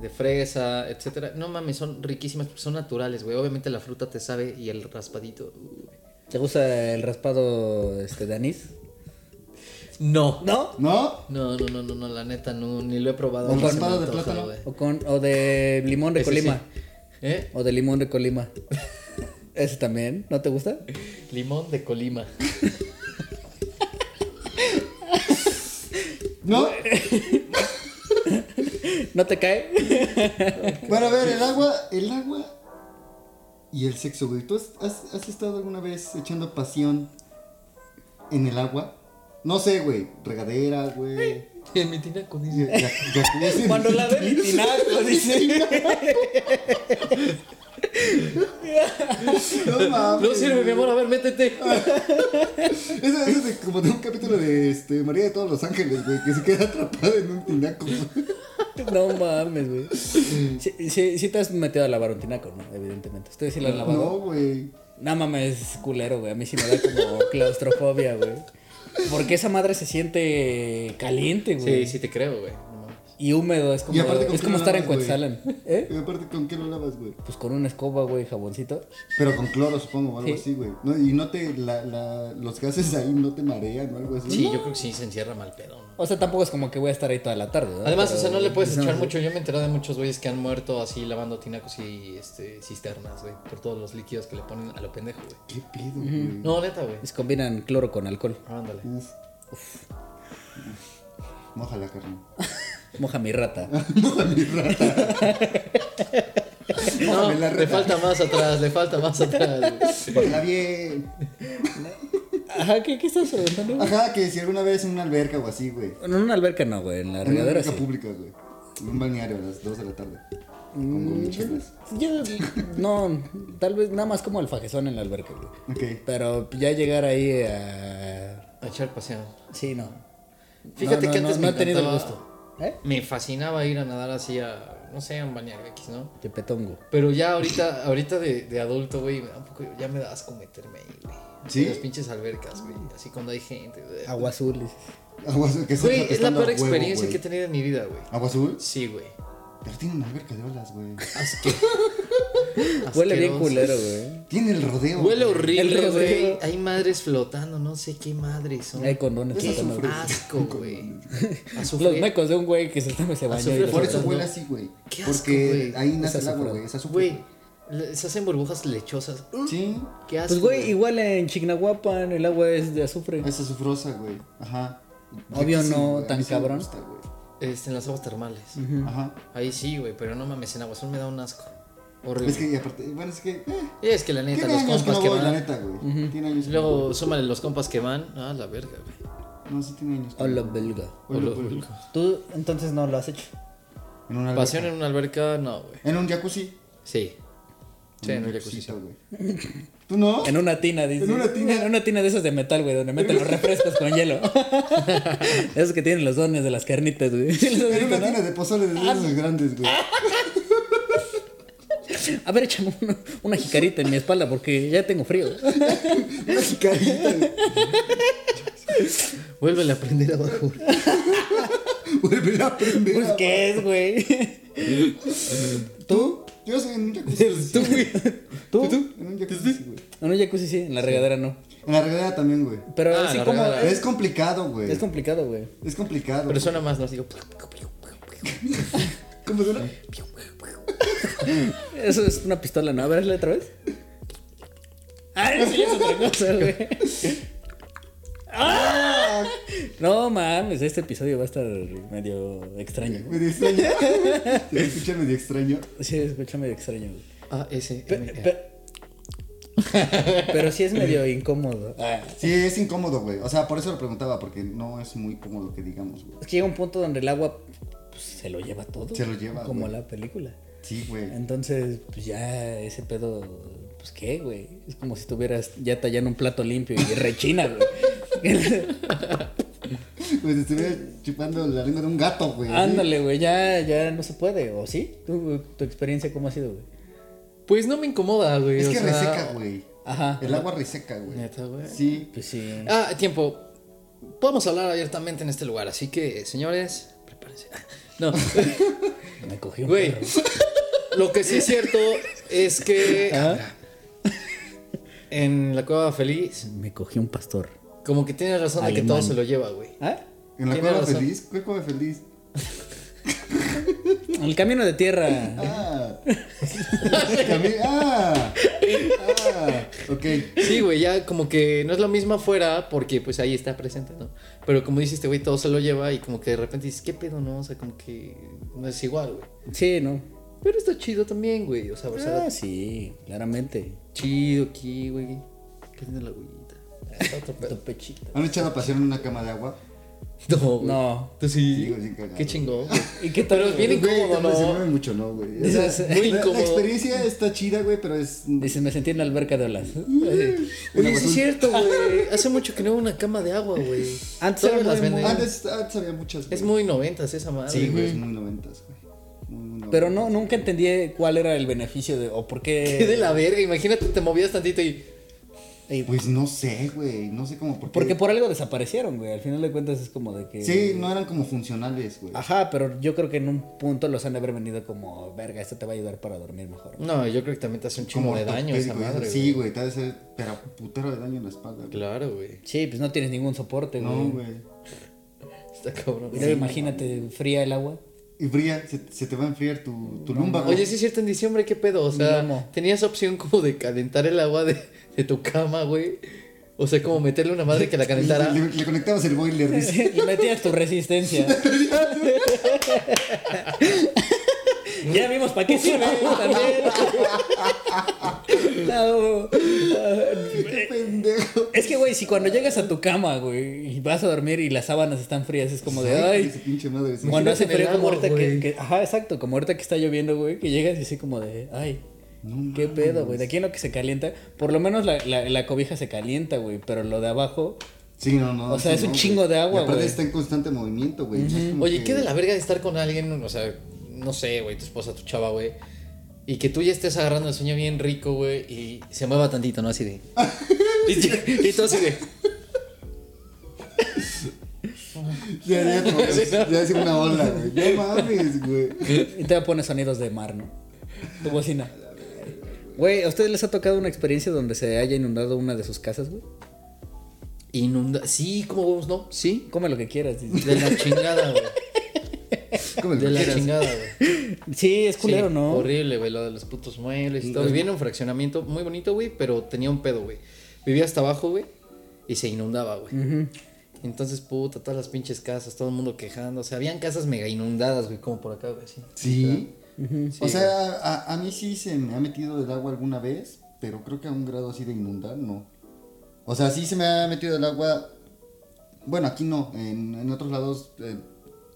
Speaker 3: De fresa, etcétera. No mames, son riquísimas. Son naturales, güey. Obviamente la fruta te sabe y el raspadito. uh.
Speaker 1: ¿Te gusta el raspado este, de anís?
Speaker 3: No.
Speaker 1: ¿No?
Speaker 2: ¿No?
Speaker 3: No, no, no, no, no, la neta, no, ni lo he probado.
Speaker 2: ¿Con
Speaker 3: No se me
Speaker 2: raspado de
Speaker 3: antoja,
Speaker 2: plátano?
Speaker 3: güey.
Speaker 1: O, con, o de limón de
Speaker 3: Ese
Speaker 1: Colima.
Speaker 3: sí. ¿Eh?
Speaker 1: O de limón de Colima. ¿Ese también? ¿No te gusta?
Speaker 3: Limón de Colima.
Speaker 2: ¿No?
Speaker 1: ¿No te cae?
Speaker 2: Bueno, a ver, el agua, el agua y el sexo, güey. ¿Tú has, has- has estado alguna vez echando pasión en el agua? No sé, güey. Regadera, güey.
Speaker 3: En mi tinaco, dice.
Speaker 2: Ya- ya- ya-
Speaker 1: Cuando la ve el tinaco, dice.
Speaker 2: No mames.
Speaker 3: No sirve, mi amor, a ver, métete.
Speaker 2: Eso, eso es de- como de un capítulo de este, María de todos los ángeles, güey, que se queda atrapada en un tinaco. güey.
Speaker 1: No mames, güey. Sí, sí, sí te has metido a lavar un tinaco, ¿no? Evidentemente. ¿Ustedes sí lo han lavado?
Speaker 2: No, güey.
Speaker 1: No mames, es culero, güey. A mí sí me da como claustrofobia, güey. Porque esa madre se siente caliente, güey.
Speaker 3: Sí, sí te creo, güey.
Speaker 1: Y húmedo, es como,
Speaker 2: Y aparte, ¿con
Speaker 1: es
Speaker 2: qué
Speaker 1: como
Speaker 2: lo
Speaker 1: estar en
Speaker 2: lavas, güey?
Speaker 1: Cuetzalan. ¿Eh?
Speaker 2: Y aparte, ¿con qué lo lavas, güey?
Speaker 1: Pues con una escoba, güey, jaboncito.
Speaker 2: Pero con cloro, supongo, o algo
Speaker 1: Sí.
Speaker 2: así, güey. No, y no te, la, la, los gases ahí no te marean o algo así.
Speaker 3: Sí,
Speaker 2: No.
Speaker 3: yo creo que sí se encierra mal pedo. ¿no?
Speaker 1: O sea, tampoco es como que voy a estar ahí toda la tarde, ¿no?
Speaker 3: Además,
Speaker 1: Pero-
Speaker 3: o sea, no le puedes echar mucho. Yo me enteré de muchos güeyes que han muerto así lavando tinacos y este, cisternas, güey, por todos los líquidos que le ponen a lo pendejo, güey.
Speaker 2: ¿Qué pedo, güey?
Speaker 3: No, neta, güey.
Speaker 1: Les combinan cloro con alcohol.
Speaker 3: Ándale.
Speaker 2: Uf. Moja la carne.
Speaker 1: Moja mi rata.
Speaker 2: Moja mi rata.
Speaker 3: No,
Speaker 2: Mójame la
Speaker 3: le
Speaker 2: rata.
Speaker 3: falta más atrás, le falta más atrás. güey.
Speaker 2: Ponla bien.
Speaker 1: Ajá, ¿qué, qué estás preguntando?
Speaker 2: Ajá, que si alguna vez en una alberca o así, güey.
Speaker 1: En una alberca no, güey. En la
Speaker 2: En una
Speaker 1: regadera
Speaker 2: alberca
Speaker 1: sí.
Speaker 2: pública, güey. En un balneario a las 2 de la tarde.
Speaker 3: Mm,
Speaker 2: Con gomichelas.
Speaker 1: Yo, no, tal vez nada más como el fajezón en la alberca, güey.
Speaker 2: Ok.
Speaker 1: Pero ya llegar ahí a...
Speaker 3: A echar paseo.
Speaker 1: Sí, no.
Speaker 3: Fíjate
Speaker 1: No, no,
Speaker 3: que
Speaker 1: no,
Speaker 3: antes
Speaker 1: no
Speaker 3: me
Speaker 1: he tenido el
Speaker 3: encantaba-
Speaker 1: gusto. ¿Eh?
Speaker 3: Me fascinaba ir a nadar así a, no sé, a un bañar X, ¿no?
Speaker 1: De petongo.
Speaker 3: Pero ya ahorita, ahorita de, de adulto, güey, me da un poco, ya me da asco meterme ahí, güey.
Speaker 2: ¿Sí?
Speaker 3: En Las pinches albercas, güey. Así cuando hay gente, Ah, güey.
Speaker 1: Agua azul, dices.
Speaker 2: Aguas, que sea
Speaker 3: Güey, es la
Speaker 2: apestando
Speaker 3: peor
Speaker 2: a huevo,
Speaker 3: experiencia
Speaker 2: güey.
Speaker 3: que he tenido en mi vida, güey.
Speaker 2: ¿Agua azul?
Speaker 3: Sí, güey.
Speaker 2: Pero tiene una alberca de olas, güey.
Speaker 3: Asco.
Speaker 1: Huele bien
Speaker 3: Asqueroso.
Speaker 1: culero, güey.
Speaker 2: Tiene el rodeo.
Speaker 1: El
Speaker 2: güey.
Speaker 3: Huele horrible, güey.
Speaker 1: rodeo.
Speaker 3: Hay madres flotando, no sé qué madres son.
Speaker 1: Hay condones
Speaker 2: Eso
Speaker 1: que
Speaker 2: es un
Speaker 1: no
Speaker 2: frío.
Speaker 3: Asco, güey.
Speaker 1: Los
Speaker 3: Azufre.
Speaker 1: mecos de un güey que se está en ese baño.
Speaker 3: Azufre
Speaker 1: y los
Speaker 2: Por eso
Speaker 1: otros-
Speaker 2: huele así, güey.
Speaker 3: Qué asco,
Speaker 2: Porque
Speaker 3: güey.
Speaker 2: ahí nace
Speaker 1: Es
Speaker 2: el agua,
Speaker 1: azufrado.
Speaker 2: güey. Es azufre.
Speaker 3: Güey, le- se hacen burbujas lechosas. Uh,
Speaker 2: Sí,
Speaker 3: Qué asco.
Speaker 1: Pues, güey, igual en Chignahuapan el agua es de azufre.
Speaker 2: es azufrosa, güey. Ajá.
Speaker 1: Obvio
Speaker 2: Riquísimo,
Speaker 1: no
Speaker 2: güey. A mí
Speaker 1: tan
Speaker 2: sí me
Speaker 1: cabrón.
Speaker 2: gusta, güey.
Speaker 3: Este, en las aguas termales.
Speaker 2: Ajá.
Speaker 3: Ahí sí, güey, pero no mames, en Aguasón me da un asco. Horrible.
Speaker 2: Es que, y aparte, bueno, es que. eh,
Speaker 3: Y es que la neta,
Speaker 2: Tiene
Speaker 3: los
Speaker 2: años que
Speaker 3: compas
Speaker 2: no
Speaker 3: que
Speaker 2: voy, la
Speaker 3: van.
Speaker 2: neta, güey. Tiene años que no voy.
Speaker 3: Luego, súmale los compas que van. Ah, la verga, güey.
Speaker 2: No, sí tiene años. que
Speaker 1: O
Speaker 2: no
Speaker 1: la
Speaker 2: voy.
Speaker 1: belga.
Speaker 2: Hola,
Speaker 3: Hola,
Speaker 2: hola.
Speaker 3: hola.
Speaker 1: Tú entonces no lo has hecho.
Speaker 2: En una
Speaker 3: Pasión
Speaker 2: alberca.
Speaker 3: en una alberca, no, güey.
Speaker 2: En un jacuzzi.
Speaker 3: Sí. Mm, Sí, en un jacuzzi.
Speaker 2: jacuzzito, güey. ¿Tú no?
Speaker 1: En una tina, dice.
Speaker 2: En una tina.
Speaker 1: En una tina de esas de metal, güey, donde meten los refrescos con hielo. Esos que tienen los dones de las carnitas, güey. ¿Sí los has
Speaker 2: En
Speaker 1: visto,
Speaker 2: una
Speaker 1: no?
Speaker 2: tina de pozole de esos grandes, güey.
Speaker 1: A ver, échame una, una jicarita en mi espalda porque ya tengo frío.
Speaker 2: Una jicarita, güey.
Speaker 3: Vuelven a aprender abajo.
Speaker 2: Vuelve a aprender.
Speaker 1: Pues, ¿qué es, güey?
Speaker 2: ¿Tú? Yo soy en un jacuzzi.
Speaker 1: ¿Tú, güey? ¿Tú?
Speaker 2: En un jacuzzi, güey.
Speaker 1: En un jacuzzi sí, en la regadera no.
Speaker 2: En la regadera también, güey.
Speaker 1: Pero
Speaker 3: Ah,
Speaker 1: así
Speaker 3: la
Speaker 1: como...
Speaker 3: regadera.
Speaker 1: Es,
Speaker 2: Es complicado, güey.
Speaker 1: es complicado, güey.
Speaker 2: Es complicado.
Speaker 3: Pero suena más, ¿no? Digo.
Speaker 2: ¿Cómo suena?
Speaker 1: Eso es una pistola, ¿no? A ver, hazle otra vez. Ah, sí, es otra cosa, güey. ¡Ah! No mames, este episodio va a estar medio extraño.
Speaker 2: Medio extraño. Se escucha medio extraño.
Speaker 1: Sí, escucha medio extraño, güey.
Speaker 3: Ah, ese.
Speaker 1: Pe- pe- pero sí es medio incómodo.
Speaker 2: Sí, es incómodo, güey. O sea, por eso lo preguntaba, porque no es muy cómodo que digamos, güey.
Speaker 1: Es que llega un punto donde el agua pues, se lo lleva todo.
Speaker 2: Se lo lleva,
Speaker 1: Como
Speaker 2: güey.
Speaker 1: la película.
Speaker 2: Sí, güey.
Speaker 1: Entonces, pues ya ese pedo, pues qué, güey. Es como si estuvieras ya tallando un plato limpio y rechina, güey.
Speaker 2: Pues estuviera chupando la lengua de un gato, güey.
Speaker 1: Ándale, güey, ya, ya no se puede, ¿o sí? ¿Tu, tu experiencia cómo ha sido, güey?
Speaker 3: Pues no me incomoda, güey.
Speaker 2: Es
Speaker 3: o
Speaker 2: que
Speaker 3: sea,
Speaker 2: reseca, güey.
Speaker 1: Ajá.
Speaker 2: El agua reseca, güey.
Speaker 3: Neta, güey.
Speaker 2: Sí.
Speaker 1: Pues sí.
Speaker 3: Ah, tiempo. Podemos hablar abiertamente en este lugar, así que, señores, prepárense. No,
Speaker 1: Me cogí un
Speaker 3: güey.
Speaker 1: perro.
Speaker 3: Lo que sí es cierto es que
Speaker 1: Ah,
Speaker 3: en la cueva feliz,
Speaker 1: Me cogí un pastor.
Speaker 3: como que tienes razón de que
Speaker 1: Alemán.
Speaker 3: todo se lo lleva, güey.
Speaker 1: ¿Ah?
Speaker 2: En la
Speaker 3: Tiene
Speaker 2: cueva
Speaker 3: razón.
Speaker 2: feliz. ¿Cuál cueva feliz?
Speaker 1: El camino de tierra.
Speaker 2: Ah. Cami- ah. Ah. Ok.
Speaker 3: Sí, güey, ya como que no es lo mismo afuera porque pues ahí está presente, ¿no? Pero como dices, este güey todo se lo lleva y como que de repente dices, ¿qué pedo, no? O sea, como que no es igual, güey.
Speaker 1: Sí, ¿no?
Speaker 3: Pero está chido también, güey. O sea, o sea,
Speaker 1: Ah, sí, claramente.
Speaker 3: chido aquí, güey. Qué linda la agüita. Está otro pedo.
Speaker 1: Tu pechito.
Speaker 2: ¿Han echado a pasear en una cama de agua?
Speaker 3: No, güey.
Speaker 1: No.
Speaker 3: Tú sí.
Speaker 2: Digo, sin cagar.
Speaker 3: Qué chingón. güey.
Speaker 1: ¿Y qué tal?
Speaker 3: Pero es bien
Speaker 1: güey?
Speaker 3: incómodo,
Speaker 2: Güey, Se
Speaker 3: ¿no?
Speaker 2: mueve mucho, ¿no, güey? O
Speaker 1: Dices,
Speaker 2: sea,
Speaker 3: muy
Speaker 2: la-
Speaker 3: incómodo.
Speaker 2: La experiencia está chida, güey, pero es.
Speaker 1: Dices, me sentí en la alberca de olas.
Speaker 3: Oye, sí es cierto, güey. Hace mucho que no hubo una cama de agua, güey.
Speaker 1: Antes
Speaker 3: Todavía
Speaker 1: era muy-
Speaker 3: las venden.
Speaker 2: Antes, antes había ah, muchas.
Speaker 3: Es
Speaker 2: güey.
Speaker 3: muy noventas esa madre.
Speaker 2: Sí, güey, es muy noventas, güey. Muy, muy
Speaker 1: Pero no, nunca entendí cuál era el beneficio de, o por
Speaker 3: Qué de
Speaker 1: qué.
Speaker 3: la verga. Imagínate, te movías tantito y.
Speaker 1: Ey,
Speaker 2: Pues no sé, güey. No sé cómo. Por qué.
Speaker 1: Porque por algo desaparecieron, güey. Al final de cuentas es como de que.
Speaker 2: Sí, no eran como funcionales, güey.
Speaker 3: Ah,
Speaker 1: Ajá, pero yo creo que en un punto los han de haber vendido como, verga, esto te va a ayudar para dormir mejor.
Speaker 3: No, yo creo que también te hace un
Speaker 2: Como
Speaker 3: chingo de daño esa
Speaker 2: ortopédico, güey.
Speaker 3: madre.
Speaker 2: Sí, güey, te hace. Pero putero de daño en la espalda, güey.
Speaker 3: Claro, güey.
Speaker 1: Sí, pues no tienes ningún soporte, güey.
Speaker 2: No, güey.
Speaker 3: Está cabrón.
Speaker 1: Y luego imagínate, fría el agua.
Speaker 2: Y fría, se, se te va a enfriar tu, tu lumbago.
Speaker 3: Oye, sí es cierto, en diciembre, ¿qué pedo? O sea,
Speaker 1: lomo.
Speaker 3: tenías opción como de calentar el agua de, de tu cama, güey. O sea, como meterle una madre que la calentara.
Speaker 2: Le, le conectabas el boiler, dice.
Speaker 1: y metías tu resistencia. ya vimos para qué sirve también. No.
Speaker 2: Qué pendejo.
Speaker 1: Es que, güey, si cuando llegas a tu cama, güey, y vas a dormir y las sábanas están frías, es como de, ay,
Speaker 2: Ese pinche madre. sí.
Speaker 1: Cuando
Speaker 3: Imagínate
Speaker 1: hace
Speaker 3: en el
Speaker 1: frío como
Speaker 3: agua,
Speaker 1: ahorita que,
Speaker 3: güey.
Speaker 1: que- Ajá, exacto, como ahorita que está lloviendo, güey, que llegas y así como de, ay,
Speaker 2: No
Speaker 1: qué pedo, güey, de aquí en lo que se calienta, por lo menos la, la, la cobija se calienta, güey, pero lo de abajo,
Speaker 2: Sí, no, no.
Speaker 1: O sea,
Speaker 2: sí,
Speaker 1: es un
Speaker 2: no,
Speaker 1: chingo
Speaker 2: güey.
Speaker 1: de agua,
Speaker 2: Y aparte
Speaker 1: güey.
Speaker 2: está en constante movimiento, güey.
Speaker 3: Oye, ¿qué de
Speaker 2: la...
Speaker 3: la verga de estar con alguien? O sea, no sé, güey, tu esposa, tu chava, güey. Y que tú ya estés agarrando el sueño bien rico, güey, y se mueva tantito, ¿no? Así de. y, y tú así de.
Speaker 2: Ya, ya, como- ya es una ola, güey. No mames, güey.
Speaker 1: y te pone sonidos de mar, ¿no? Tu bocina.
Speaker 2: güey.
Speaker 1: Güey, ¿a ustedes les ha tocado una experiencia donde se haya inundado una de sus casas, güey?
Speaker 3: Inunda. Sí, como vos, ¿no? Sí.
Speaker 1: Come lo que quieras. dice.
Speaker 3: De la chingada, güey.
Speaker 2: Como el
Speaker 3: De la
Speaker 2: quieras.
Speaker 3: chingada, güey.
Speaker 1: Sí, es culero,
Speaker 3: Sí,
Speaker 1: ¿no?
Speaker 3: Horrible, güey, lo de los putos muebles y todo. Vivía en un fraccionamiento muy bonito, güey, pero tenía un pedo, güey. Vivía hasta abajo, güey, y se inundaba, güey. Entonces, puta, todas las pinches casas, todo el mundo quejando. O sea, habían casas mega inundadas, güey, como por acá, güey, sí.
Speaker 2: Sí.
Speaker 3: Sí,
Speaker 2: O sea, a, a mí sí se me ha metido el agua alguna vez, pero creo que a un grado así de inundar, no. O sea, sí se me ha metido el agua. Bueno, aquí no, en, en otros lados, eh,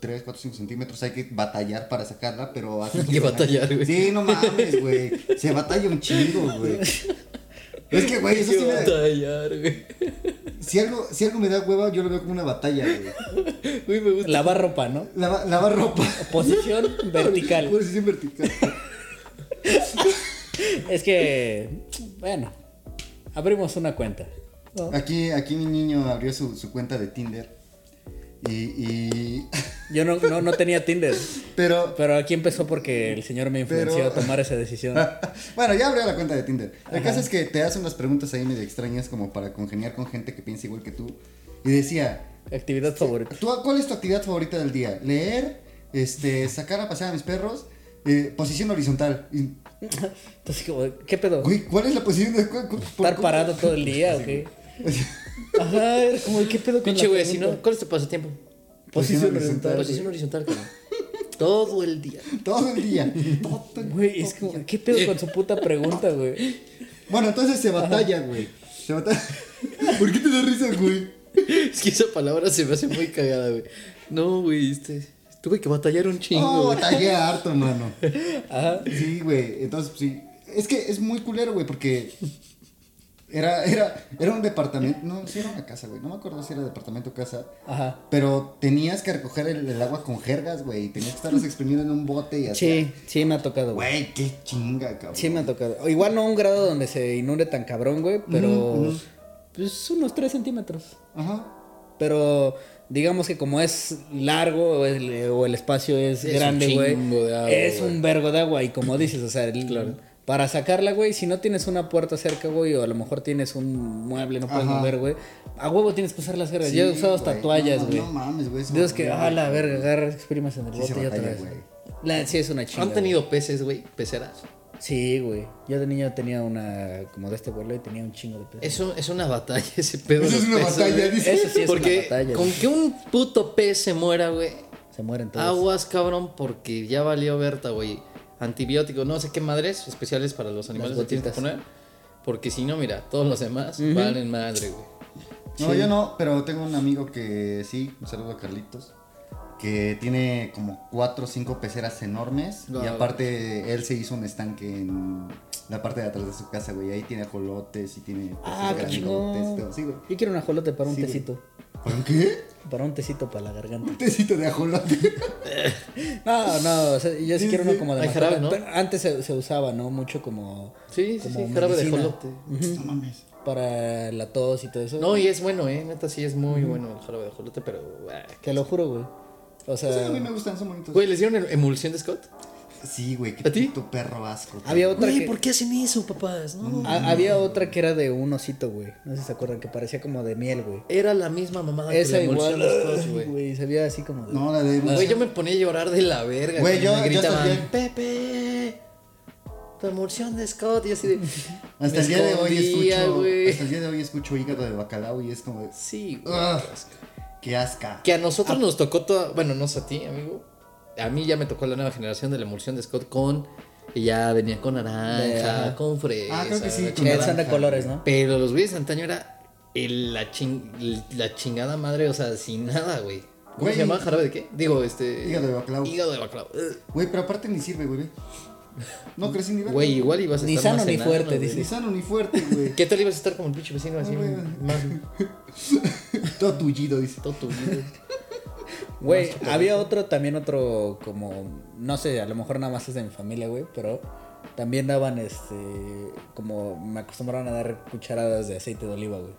Speaker 2: 3, 4, 5 centímetros, hay que batallar para sacarla, pero así.
Speaker 3: Hay que batallar, güey.
Speaker 2: Sí, no mames, güey. Se batalla un chingo, güey. Es que, güey, eso sí me da-
Speaker 3: batallar, güey.
Speaker 2: si algo, si algo me da hueva, yo lo veo como una batalla, güey.
Speaker 3: Güey, me gusta.
Speaker 1: Lavar ropa, ¿no?
Speaker 2: Lava- Lavar ropa.
Speaker 1: Posición vertical.
Speaker 2: Posición vertical.
Speaker 1: Es que, bueno, abrimos una cuenta. ¿no?
Speaker 2: Aquí, aquí mi niño abrió su, su cuenta de Tinder. Y, y-
Speaker 1: Yo no, no, no tenía Tinder,
Speaker 2: Pero.
Speaker 1: pero aquí empezó porque el señor me influenció
Speaker 2: Pero-
Speaker 1: a tomar esa decisión.
Speaker 2: bueno, ya abrió la cuenta de Tinder. El caso es que te hacen unas preguntas ahí medio extrañas como para congeniar con gente que piensa igual que tú. Y decía,
Speaker 1: Actividad favorita.
Speaker 2: ¿tú, ¿cuál es tu actividad favorita del día? ¿Leer? Este, ¿Sacar a pasear a mis perros? eh, posición horizontal. Y,
Speaker 1: Entonces, como, ¿qué pedo?
Speaker 2: güey, ¿cuál es la posición de.? cu- cu- por-
Speaker 1: ¿Estar parado todo el día o qué? Ajá, era como, ¿qué pedo con
Speaker 3: Pinche,
Speaker 1: la
Speaker 3: güey, si
Speaker 1: pregunta?
Speaker 3: no, ¿cuál es tu pasatiempo?
Speaker 1: Posición
Speaker 2: Posición
Speaker 1: horizontal.
Speaker 3: Posición horizontal, cabrón. Todo el día.
Speaker 2: Todo el día. Todo el-
Speaker 1: Güey, es como, ¿qué pedo con su puta pregunta, güey?
Speaker 2: Bueno, entonces se batalla, güey. Se batalla. ¿Por qué te da risa, güey?
Speaker 3: Es que esa palabra se me hace muy cagada, güey. No, güey, este. Tuve que batallar un chingo,
Speaker 2: Oh,
Speaker 3: güey.
Speaker 2: batallé harto, mano. Sí, güey. Entonces, sí. Es que es muy culero, güey, porque era, era, era un departamento. No, sí era una casa, güey. No me acuerdo si era departamento o casa.
Speaker 1: Ajá.
Speaker 2: Pero tenías que recoger el, el agua con jergas, güey. Y tenías que estarlos exprimiendo en un bote y así.
Speaker 1: Sí, sí me ha tocado, güey.
Speaker 2: Güey, qué chinga, cabrón.
Speaker 1: Sí me ha tocado. Igual no a un grado donde se inunde tan cabrón, güey, pero pues unos 3 centímetros.
Speaker 2: Ajá.
Speaker 1: Pero digamos que como es largo o el, o el espacio es,
Speaker 3: Es un
Speaker 1: grande, güey.
Speaker 3: chingo de agua,
Speaker 1: Es
Speaker 3: güey.
Speaker 1: un vergo de agua. Y como dices, o sea, el- para sacarla, güey, si no tienes una puerta cerca, güey, o a lo mejor tienes un mueble, no puedes
Speaker 2: Ajá.
Speaker 1: mover, güey. A huevo tienes que usar las vergas. Yo he usado hasta
Speaker 2: güey.
Speaker 1: toallas,
Speaker 2: No,
Speaker 1: güey.
Speaker 2: No, mames, güey. eso
Speaker 1: Dios que,
Speaker 2: me-
Speaker 1: ah, la verga, agarras, exprimas en el
Speaker 2: Sí se
Speaker 1: bote y otra
Speaker 2: batalla,
Speaker 1: vez.
Speaker 2: güey.
Speaker 1: La, sí, es una chinga.
Speaker 3: ¿Han tenido peces, güey? Peceras.
Speaker 1: güey. Sí, güey. Yo de niño tenía una, como de este vuelo, y tenía un chingo de pedo.
Speaker 3: Es, un- es una batalla ese pedo.
Speaker 2: Eso
Speaker 3: de
Speaker 2: es una
Speaker 3: los peces,
Speaker 2: batalla,
Speaker 3: güey.
Speaker 2: dice.
Speaker 1: Eso sí es
Speaker 3: Porque
Speaker 1: una batalla.
Speaker 3: con
Speaker 1: güey.
Speaker 3: que un puto pez se muera, güey.
Speaker 1: Se mueren todos.
Speaker 3: Aguas, cabrón, porque ya valió Berta, güey. Antibióticos, no sé qué madres especiales para los animales que tienes que
Speaker 1: gotitas.
Speaker 3: poner. Porque si no, mira, todos los demás valen madre, güey.
Speaker 2: No, yo no, pero tengo un amigo que sí, un saludo a Carlitos, que tiene como cuatro o cinco peceras enormes y
Speaker 3: Wow.
Speaker 2: aparte él se hizo un estanque en la parte de atrás de su casa, güey, ahí tiene ajolotes y tiene peces
Speaker 1: Ah, qué
Speaker 2: grandotes, todo.
Speaker 1: chingón.
Speaker 2: Sí, güey.
Speaker 1: Yo quiero un ajolote para un
Speaker 2: Sí, güey.
Speaker 1: tecito.
Speaker 2: ¿Para qué?
Speaker 1: Para un tecito para la garganta.
Speaker 2: Un tecito de ajolote.
Speaker 1: No, no, o sea, yo sí,
Speaker 2: Sí,
Speaker 1: quiero
Speaker 2: sí.
Speaker 1: uno como de
Speaker 3: Hay
Speaker 1: mascota,
Speaker 3: jarabe, ¿no?
Speaker 1: pero antes se, se usaba, ¿no? Mucho como
Speaker 3: Sí, sí,
Speaker 1: Como
Speaker 3: sí, jarabe de
Speaker 1: medicina.
Speaker 3: jolote.
Speaker 2: No mames.
Speaker 1: para la tos y todo eso.
Speaker 3: No, y es bueno, eh. Neta, sí es muy bueno el jarabe de jolote, pero. ah,
Speaker 1: Te lo juro, güey. O sea,
Speaker 2: Sí, a mí me gustan, son bonitos.
Speaker 3: Güey, ¿les dieron emulsión de Scott?
Speaker 2: Sí, güey, qué
Speaker 3: ¿A ti?
Speaker 2: puto perro asco.
Speaker 1: Había
Speaker 2: cabrón.
Speaker 1: otro- Güey, ¿por
Speaker 3: qué hacen eso, papás?
Speaker 1: ha- había otra que era de un osito, güey. No sé si se acuerdan, que parecía como de miel, güey.
Speaker 3: Era la misma mamada
Speaker 1: Esa
Speaker 3: Ah, que la emulsión
Speaker 1: igual,
Speaker 3: de Scott,
Speaker 1: ay,
Speaker 3: güey.
Speaker 1: güey, sabía así como de...
Speaker 2: No, la de...
Speaker 3: Güey, yo me ponía a llorar de la verga.
Speaker 2: Güey, yo-
Speaker 3: me
Speaker 2: yo
Speaker 3: gritaban,
Speaker 2: también.
Speaker 3: Pepe, tu emulsión de Scott. Y así de.
Speaker 2: Hasta
Speaker 3: me
Speaker 2: el día de hoy
Speaker 3: escondía,
Speaker 2: escucho...
Speaker 3: güey.
Speaker 2: Hasta el día de hoy escucho hígado de bacalao y es como de...
Speaker 3: Sí, güey.
Speaker 2: ¡Ah!
Speaker 3: qué asco.
Speaker 2: ¡Qué asca!
Speaker 3: Que a nosotros nos tocó toda. Bueno, no sé a ti, amigo. A mí ya me tocó la nueva generación de la emulsión de Scott con. Y ya venía con naranja,
Speaker 1: Ajá.
Speaker 3: con fresa.
Speaker 2: Ah, creo que sí,
Speaker 3: la
Speaker 2: con
Speaker 1: Que
Speaker 3: chingada.
Speaker 1: son de
Speaker 2: naranja,
Speaker 1: colores,
Speaker 2: güey.
Speaker 1: ¿no?
Speaker 3: Pero los güeyes de antaño era el- la, chin- la chingada madre, o sea, sin nada, güey. ¿Cómo
Speaker 2: Güey.
Speaker 3: se llamaba jarabe de qué? Digo, este.
Speaker 2: Hígado de bacalao.
Speaker 3: Hígado de bacalao. Ugh.
Speaker 2: Güey, pero aparte ni sirve, güey. ve. No crecí ni verga.
Speaker 3: Güey, igual ibas a
Speaker 1: Ni
Speaker 3: estar
Speaker 1: sano
Speaker 3: más
Speaker 1: ni
Speaker 3: enano,
Speaker 1: fuerte,
Speaker 3: güey.
Speaker 1: dice.
Speaker 2: Ni sano ni fuerte, güey.
Speaker 3: ¿Qué tal ibas a estar como el pinche vecino así?
Speaker 2: güey.
Speaker 3: más
Speaker 2: Todo tullido, dice.
Speaker 3: todo tullido?
Speaker 1: Güey, había otro, también otro como, no sé, a lo mejor nada más es de mi familia, güey, pero también daban este, como me acostumbraron a dar cucharadas de aceite de oliva, güey.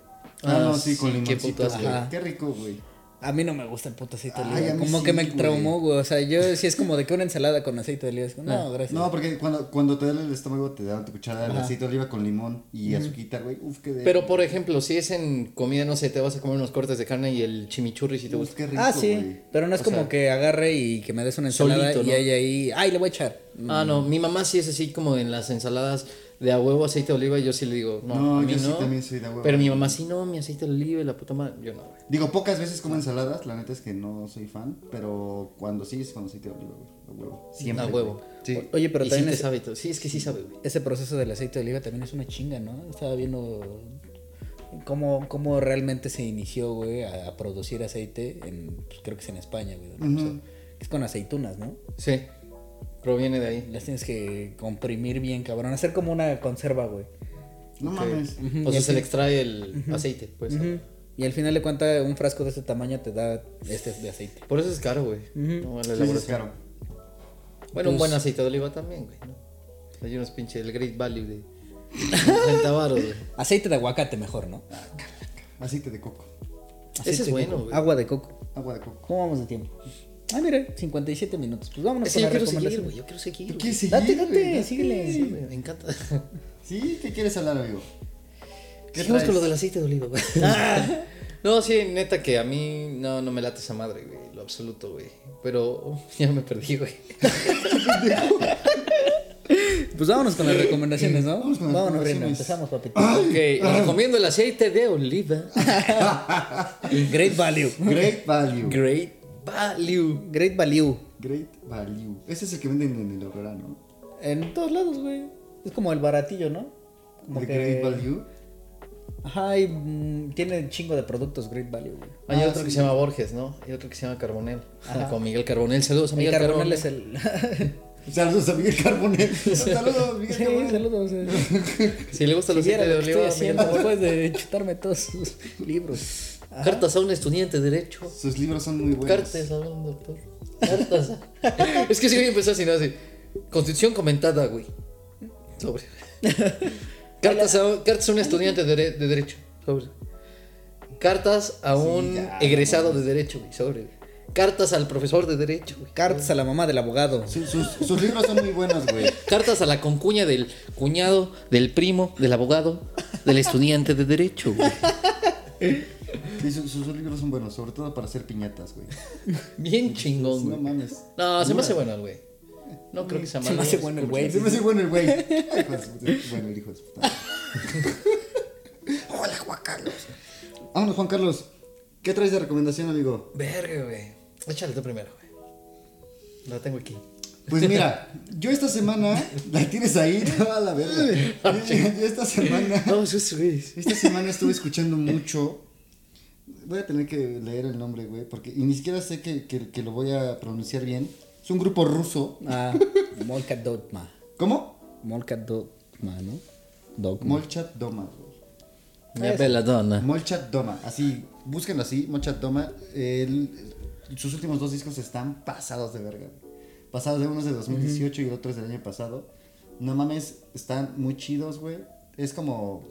Speaker 2: Ah,
Speaker 3: Ah,
Speaker 2: no, sí, con
Speaker 3: sí, qué
Speaker 2: limoncito.
Speaker 3: putas,
Speaker 2: güey.
Speaker 1: güey.
Speaker 2: Qué rico, güey.
Speaker 1: A mí no me gusta el puto aceite de
Speaker 2: Ay,
Speaker 1: oliva.
Speaker 2: a mí
Speaker 1: como
Speaker 2: sí,
Speaker 1: que me
Speaker 2: güey.
Speaker 1: traumó, güey. O sea, yo sí es como de que una ensalada con aceite de oliva. es como,
Speaker 3: Ah.
Speaker 1: no, gracias.
Speaker 2: No, porque cuando, cuando te duele el estómago te dan tu cuchara de aceite de oliva con limón y azuquita, güey. Uf, qué de...
Speaker 3: Pero por ejemplo, si es en comida, no sé, te vas a comer unos cortes de carne y el chimichurri si te
Speaker 2: Uf,
Speaker 3: gusta.
Speaker 2: qué rico,
Speaker 1: ah, sí.
Speaker 2: güey.
Speaker 1: Pero no es
Speaker 3: O
Speaker 1: como
Speaker 3: sea,
Speaker 1: que agarre y que me des una ensalada
Speaker 3: solito,
Speaker 1: y
Speaker 3: ¿no?
Speaker 1: haya ahí. ¡Ay, le voy a echar!
Speaker 3: Ah, no, mi mamá sí es así como en las ensaladas de a huevo aceite de oliva y yo sí le digo, no,
Speaker 2: No,
Speaker 3: a mí
Speaker 2: yo sí
Speaker 3: no.
Speaker 2: también soy de a huevo.
Speaker 3: Pero mi mamá sí, no, mi aceite de oliva y la puta madre, yo no. güey.
Speaker 2: Digo, pocas veces como ensaladas, la neta es que no soy fan, pero cuando sí es con aceite de oliva, güey. A huevo. Siempre.
Speaker 3: A huevo.
Speaker 2: güey. Sí.
Speaker 1: O- Oye, pero
Speaker 3: y sí
Speaker 1: también
Speaker 3: te
Speaker 1: es-
Speaker 3: sabe y todo. Sí, es que sí sabe, güey.
Speaker 1: ese proceso del aceite de oliva también es una chinga, ¿no? Estaba viendo cómo, cómo realmente se inició, güey, a, a producir aceite en, pues, creo que es en España, güey. donde
Speaker 2: Ujú.
Speaker 1: empezó. Es con aceitunas, ¿no?
Speaker 3: Sí, proviene de ahí.
Speaker 1: Las tienes que comprimir bien, cabrón. Hacer como una conserva, güey.
Speaker 2: No mames.
Speaker 1: Ujú,
Speaker 3: O
Speaker 1: y
Speaker 3: sea,
Speaker 1: al
Speaker 3: se
Speaker 1: fin-
Speaker 3: le extrae el aceite, pues.
Speaker 1: Ujú. Y al final de cuentas, un frasco de este tamaño te da este de aceite.
Speaker 3: Por eso es caro, güey. No, la
Speaker 2: Sí, sí, es
Speaker 3: elaboración.
Speaker 2: caro.
Speaker 3: Bueno, un buen aceite de oliva también, güey. ¿no? Hay unos pinches del Great Value de 50 baros, güey.
Speaker 1: Aceite de aguacate mejor, ¿no?
Speaker 2: Aceite de coco.
Speaker 1: Aceite
Speaker 3: Ese es
Speaker 1: de
Speaker 3: bueno,
Speaker 1: coco.
Speaker 3: güey.
Speaker 1: Agua de coco.
Speaker 2: Agua de coco.
Speaker 1: ¿Cómo vamos de tiempo? Ah, mire, 57 minutos. Pues vámonos
Speaker 3: Es que
Speaker 1: con
Speaker 3: yo
Speaker 1: la
Speaker 3: quiero seguir,
Speaker 1: recomendación.
Speaker 3: güey. Yo quiero seguir.
Speaker 2: ¿Tú
Speaker 3: güey.
Speaker 2: quieres seguir?
Speaker 1: Date,
Speaker 2: güey?
Speaker 1: date, síguele.
Speaker 3: Sí, güey, Me encanta.
Speaker 2: Sí, ¿qué quieres hablar, amigo? ¿Qué
Speaker 3: Seguimos con
Speaker 2: traes?
Speaker 3: lo del aceite de oliva, güey. No, sí, neta que a mí no, no me late esa madre, güey. Lo absoluto, güey. Pero oh, ya me perdí, güey.
Speaker 1: Pues vámonos con las recomendaciones, ¿no?
Speaker 2: Vamos con las
Speaker 1: vámonos, Reina.
Speaker 2: recomendaciones.
Speaker 1: Empezamos, papito.
Speaker 3: Ok, recomiendo el aceite de oliva.
Speaker 1: Great value.
Speaker 2: Great Value.
Speaker 3: Great Value.
Speaker 1: Great value.
Speaker 2: Great Value. Ese es el que venden en el Aurora, ¿no?
Speaker 1: En todos lados, güey. Es como el baratillo, ¿no? Como
Speaker 2: De
Speaker 1: que-
Speaker 2: Great Value.
Speaker 1: Ajá, y mm, tiene un chingo de productos Great Value, güey.
Speaker 3: Hay
Speaker 2: Ah,
Speaker 3: otro que se llama Borges, ¿no? Y otro que se llama Carbonel. Ah, Con Miguel Carbonel. Saludos a
Speaker 1: El
Speaker 3: Miguel
Speaker 1: carbonel
Speaker 3: Carbonel.
Speaker 1: es el.
Speaker 2: Saludos a Miguel Carbonell. Saludos, Miguel
Speaker 1: sí,
Speaker 2: Carbonell.
Speaker 1: saludos. eh.
Speaker 3: Si le gusta el
Speaker 1: Si viera lo
Speaker 3: aceite de
Speaker 1: que estoy
Speaker 3: oliva,
Speaker 1: haciendo
Speaker 3: Miguel
Speaker 1: después de chutarme todos sus libros.
Speaker 3: Cartas a un estudiante de derecho.
Speaker 2: Sus libros son muy buenos.
Speaker 3: Cartas a un doctor. Cartas. a- es que si yo empezó así, ¿no? Así. Constitución comentada, güey. Sobre. Cartas a, un- cartas a un estudiante de, dere- de derecho. Sobre. Cartas a un
Speaker 2: ya,
Speaker 3: egresado de derecho, güey. Sobre. Cartas al profesor de derecho, güey.
Speaker 1: Cartas a la mamá del abogado.
Speaker 2: Su- Sus, sus libros son muy buenos, güey.
Speaker 3: Cartas a la concuña del cuñado, del primo, del abogado, del estudiante de derecho, güey.
Speaker 2: Sí, su- sus, libros son buenos, sobre todo para hacer piñatas, güey.
Speaker 3: Bien chingón,
Speaker 2: No
Speaker 3: güey.
Speaker 2: mames.
Speaker 3: No, se me hace bueno el güey. No creo que sea malo.
Speaker 1: Se me hace bueno el güey.
Speaker 2: Se me hace bueno el güey. Hijo de su puta- Bueno, el hijo de su puta. Hola, Juan Carlos. Vámonos, Juan Carlos. ¿Qué traes de recomendación, amigo?
Speaker 3: Verga, güey. Échale tú primero, güey. La tengo aquí.
Speaker 2: Pues mira, yo esta semana la tienes ahí, toda la verga. Yo esta semana
Speaker 3: No, sus güeyes.
Speaker 2: Esta semana estuve escuchando mucho. Voy a tener que leer el nombre, güey, porque y ni siquiera sé que, que- que lo voy a pronunciar bien. Es un grupo ruso.
Speaker 1: Ah, Molka Dogma.
Speaker 2: ¿Cómo?
Speaker 1: Molka Dogma, ¿no? Dogma.
Speaker 2: Molchat Doma. güey.
Speaker 3: Me pela dona.
Speaker 2: Molchat Doma. Así, búsquenlo así, Molchat Doma. El- sus últimos dos discos están pasados de verga. güey. Pasados de uno es de 2018 y el otro es del año pasado. No mames, están muy chidos, güey. Es como.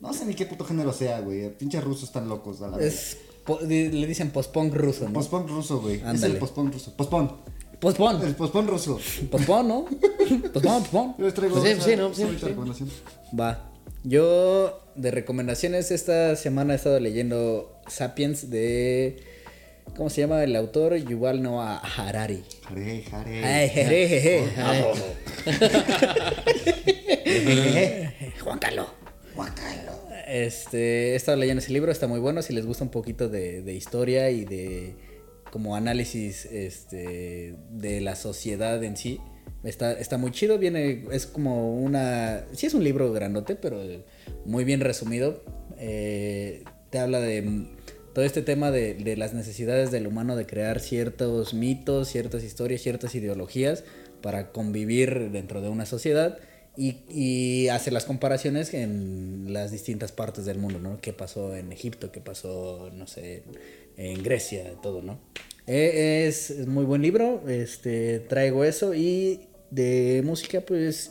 Speaker 2: No sé ni qué puto género sea, güey. Pinches rusos están locos, a la verga.
Speaker 1: Es, po- di- le dicen post-punk ruso, ¿no?
Speaker 2: Pospon ruso, güey. Es
Speaker 1: Ándale.
Speaker 2: el pospon ruso. Pospon.
Speaker 1: Post-punk.
Speaker 2: El pospon ruso.
Speaker 1: Post-punk, ¿no? Post-punk, post-punk.
Speaker 2: Yo les traigo
Speaker 3: Pues sí,
Speaker 2: esa-
Speaker 3: sí, ¿no? Sí,
Speaker 2: esa
Speaker 3: sí.
Speaker 2: recomendación.
Speaker 1: Va. Yo, de recomendaciones, esta semana he estado leyendo Sapiens de. ¿Cómo se llama el autor? Yuval Noah Harari.
Speaker 2: Jare, jare.
Speaker 1: Ay, jeje, jeje. Jeje. Juan Carlos.
Speaker 2: Guácalo.
Speaker 1: Este, he estado leyendo ese libro, está muy bueno. Si les gusta un poquito de, de historia y de como análisis este, de la sociedad en sí, está, está muy chido. Viene, es como una. Sí, es un libro grandote, pero muy bien resumido. Eh, te habla de mm, todo este tema de, de las necesidades del humano de crear ciertos mitos, ciertas historias, ciertas ideologías para convivir dentro de una sociedad y, y hace las comparaciones en las distintas partes del mundo, ¿no? ¿Qué pasó en Egipto? ¿Qué pasó, no sé, en Grecia? Todo, ¿no? Eh, Es, es muy buen libro, este, traigo eso y de música, pues...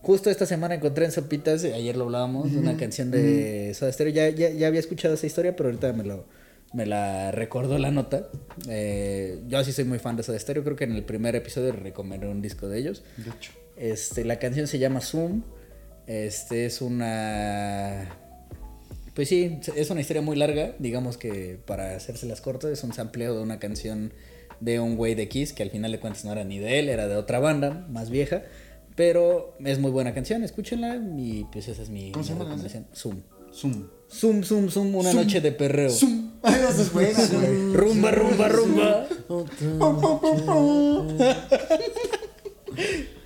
Speaker 1: Justo esta semana encontré en eh, Sopitas, ayer lo hablábamos, una canción de Soda Stereo. Ya, ya, ya había escuchado esa historia, pero ahorita me lo, me la recordó la nota. Eh, yo sí soy muy fan de Soda Stereo, creo que en el primer episodio recomendé un disco de ellos.
Speaker 2: De hecho.
Speaker 1: Este, la canción se llama Zoom. Este es una. Pues sí, es una historia muy larga. Digamos que para hacerse las cortas, es un sampleo de una canción de un güey de Kiss que al final de cuentas no era ni de él, era de otra banda más vieja. Pero es muy buena canción, escúchenla. Y pues esa es mi,
Speaker 2: ¿Cómo se
Speaker 1: mi
Speaker 2: llama la
Speaker 1: recomendación. Zoom.
Speaker 2: Zoom.
Speaker 1: Zoom, zoom, zoom, una
Speaker 2: Zoom.
Speaker 1: noche de perreo.
Speaker 2: Zoom. Ay, no se juega, güey.
Speaker 1: Rumba, rumba, rumba.
Speaker 2: Pum, pum, pum, pum.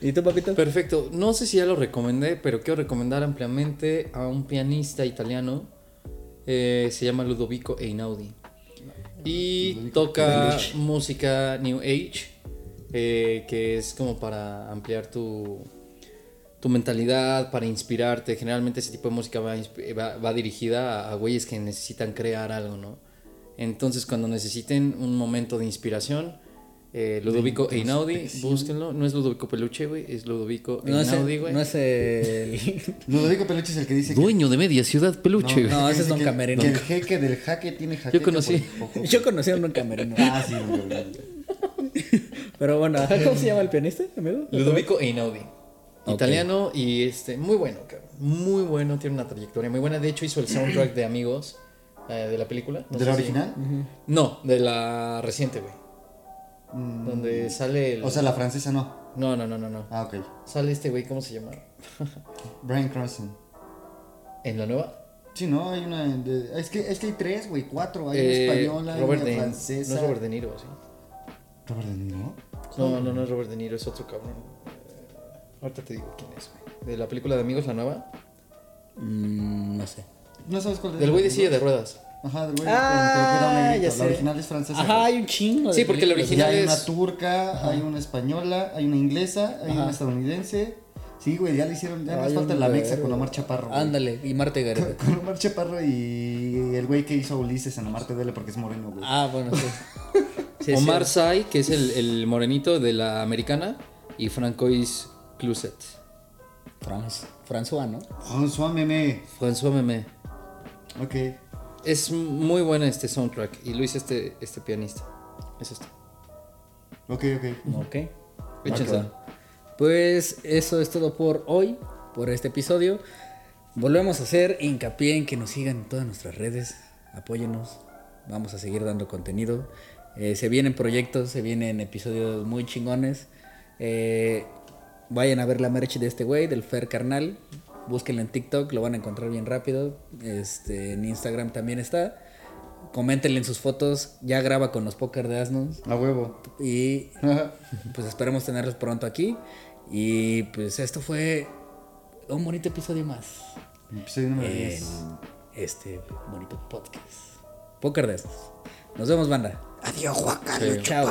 Speaker 1: ¿Y tú, papito?
Speaker 3: Perfecto. No sé si ya lo recomendé, pero quiero recomendar ampliamente a un pianista italiano. eh, se llama Ludovico Einaudi. Y toca música New Age, eh, que es como para ampliar tu, tu mentalidad, para inspirarte. Generalmente ese tipo de música va, insp- va- va dirigida a, a güeyes que necesitan crear algo, ¿no? Entonces cuando necesiten un momento de inspiración, eh, Ludovico Einaudi, búsquenlo. No es Ludovico Peluche, güey, es Ludovico
Speaker 1: No es,
Speaker 3: Einaudi,
Speaker 1: el,
Speaker 3: güey.
Speaker 1: no es el.
Speaker 2: Ludovico Peluche es el que dice que.
Speaker 3: Dueño de Media Ciudad Peluche, güey.
Speaker 1: no, ese es
Speaker 2: dice
Speaker 1: Don
Speaker 2: que-
Speaker 1: Camerino.
Speaker 2: que el jeque del jaque tiene jaque.
Speaker 3: conocí-
Speaker 1: Yo conocí a un camerino.
Speaker 2: Ah, sí, güey, güey.
Speaker 1: Pero bueno, ajá, ¿cómo se llama el pianista, amigo?
Speaker 3: Ludovico e Einaudi.
Speaker 1: Ok.
Speaker 3: Italiano y este, muy bueno, cabrón. Muy bueno, tiene una trayectoria muy buena. De hecho, hizo el soundtrack de Amigos eh, de la película. No
Speaker 2: ¿De
Speaker 3: sé
Speaker 2: la
Speaker 3: si-
Speaker 2: original?
Speaker 3: No, de la reciente, güey.
Speaker 2: Mm,
Speaker 3: Donde sale el.
Speaker 2: O sea, la francesa no.
Speaker 3: no, no, no, no, no.
Speaker 2: Ah, ok.
Speaker 3: Sale este güey, ¿cómo se llama?
Speaker 2: Brian Cranston.
Speaker 3: ¿En la nueva?
Speaker 2: Sí, no, hay una. de- Es, que, es que hay tres, güey, cuatro. Hay
Speaker 3: Eh,
Speaker 2: una española, hay
Speaker 3: Robert
Speaker 2: una
Speaker 3: De-
Speaker 2: francesa.
Speaker 3: No es Robert De Niro, sí.
Speaker 2: ¿Robert De Niro?
Speaker 3: No, no, no es Robert De Niro, es otro cabrón. Eh, ahorita te digo quién es, güey. De la película de Amigos, la nueva.
Speaker 2: Ah,
Speaker 1: Mm, no sé.
Speaker 2: No sabes cuál es.
Speaker 3: Del güey de silla
Speaker 2: Niro?
Speaker 3: de ruedas.
Speaker 2: Ajá, del güey
Speaker 1: Ah,
Speaker 2: con- con que era un
Speaker 1: ya
Speaker 2: negrito.
Speaker 1: sé.
Speaker 2: La original es francesa.
Speaker 1: Ajá,
Speaker 2: güey.
Speaker 1: hay un chingo. de
Speaker 3: Sí, porque la
Speaker 1: películas.
Speaker 2: Ya hay
Speaker 3: original
Speaker 2: una
Speaker 3: es-
Speaker 2: turca, hay una española, hay una inglesa, hay una estadounidense. Sí, güey, ya le hicieron, ya nos
Speaker 1: Ay,
Speaker 2: falta la
Speaker 1: hombre,
Speaker 2: mexa con Omar Chaparro. güey.
Speaker 1: Ándale, y Marta y Gareda.
Speaker 2: Con Omar Chaparro y el güey que hizo a Ulises en Amarte Duele porque es moreno, güey.
Speaker 1: Ah, bueno, sí. Sí, sí.
Speaker 3: Omar Sai, que es el, el morenito de la americana, y Francois Cluset.
Speaker 1: Franz- François, ¿no?
Speaker 2: François Ah, Meme.
Speaker 3: François Meme.
Speaker 2: Ok.
Speaker 3: Es muy buena este soundtrack y lo hizo este, este pianista. Es esto.
Speaker 2: Ok, ok.
Speaker 1: Ok.
Speaker 3: Échensela.
Speaker 1: Pues eso es todo por hoy, por este episodio. Volvemos a hacer hincapié en que nos sigan en todas nuestras redes, apóyenos, vamos a seguir dando contenido. Eh, se vienen proyectos, se vienen episodios muy chingones. Eh, vayan a ver la merch de este güey, del Fer Carnal. Búsquenlo en TikTok, lo van a encontrar bien rápido. Este, en Instagram también está. Coméntenle en sus fotos. Ya graba con los póker de asnos.
Speaker 2: A huevo.
Speaker 1: Y pues esperemos tenerlos pronto aquí. Y pues esto fue un bonito episodio más
Speaker 2: Episodio número
Speaker 1: en
Speaker 2: 10.
Speaker 1: este bonito podcast. Póker de estos. Nos vemos, banda. Adiós, Juan Carlos. Chao.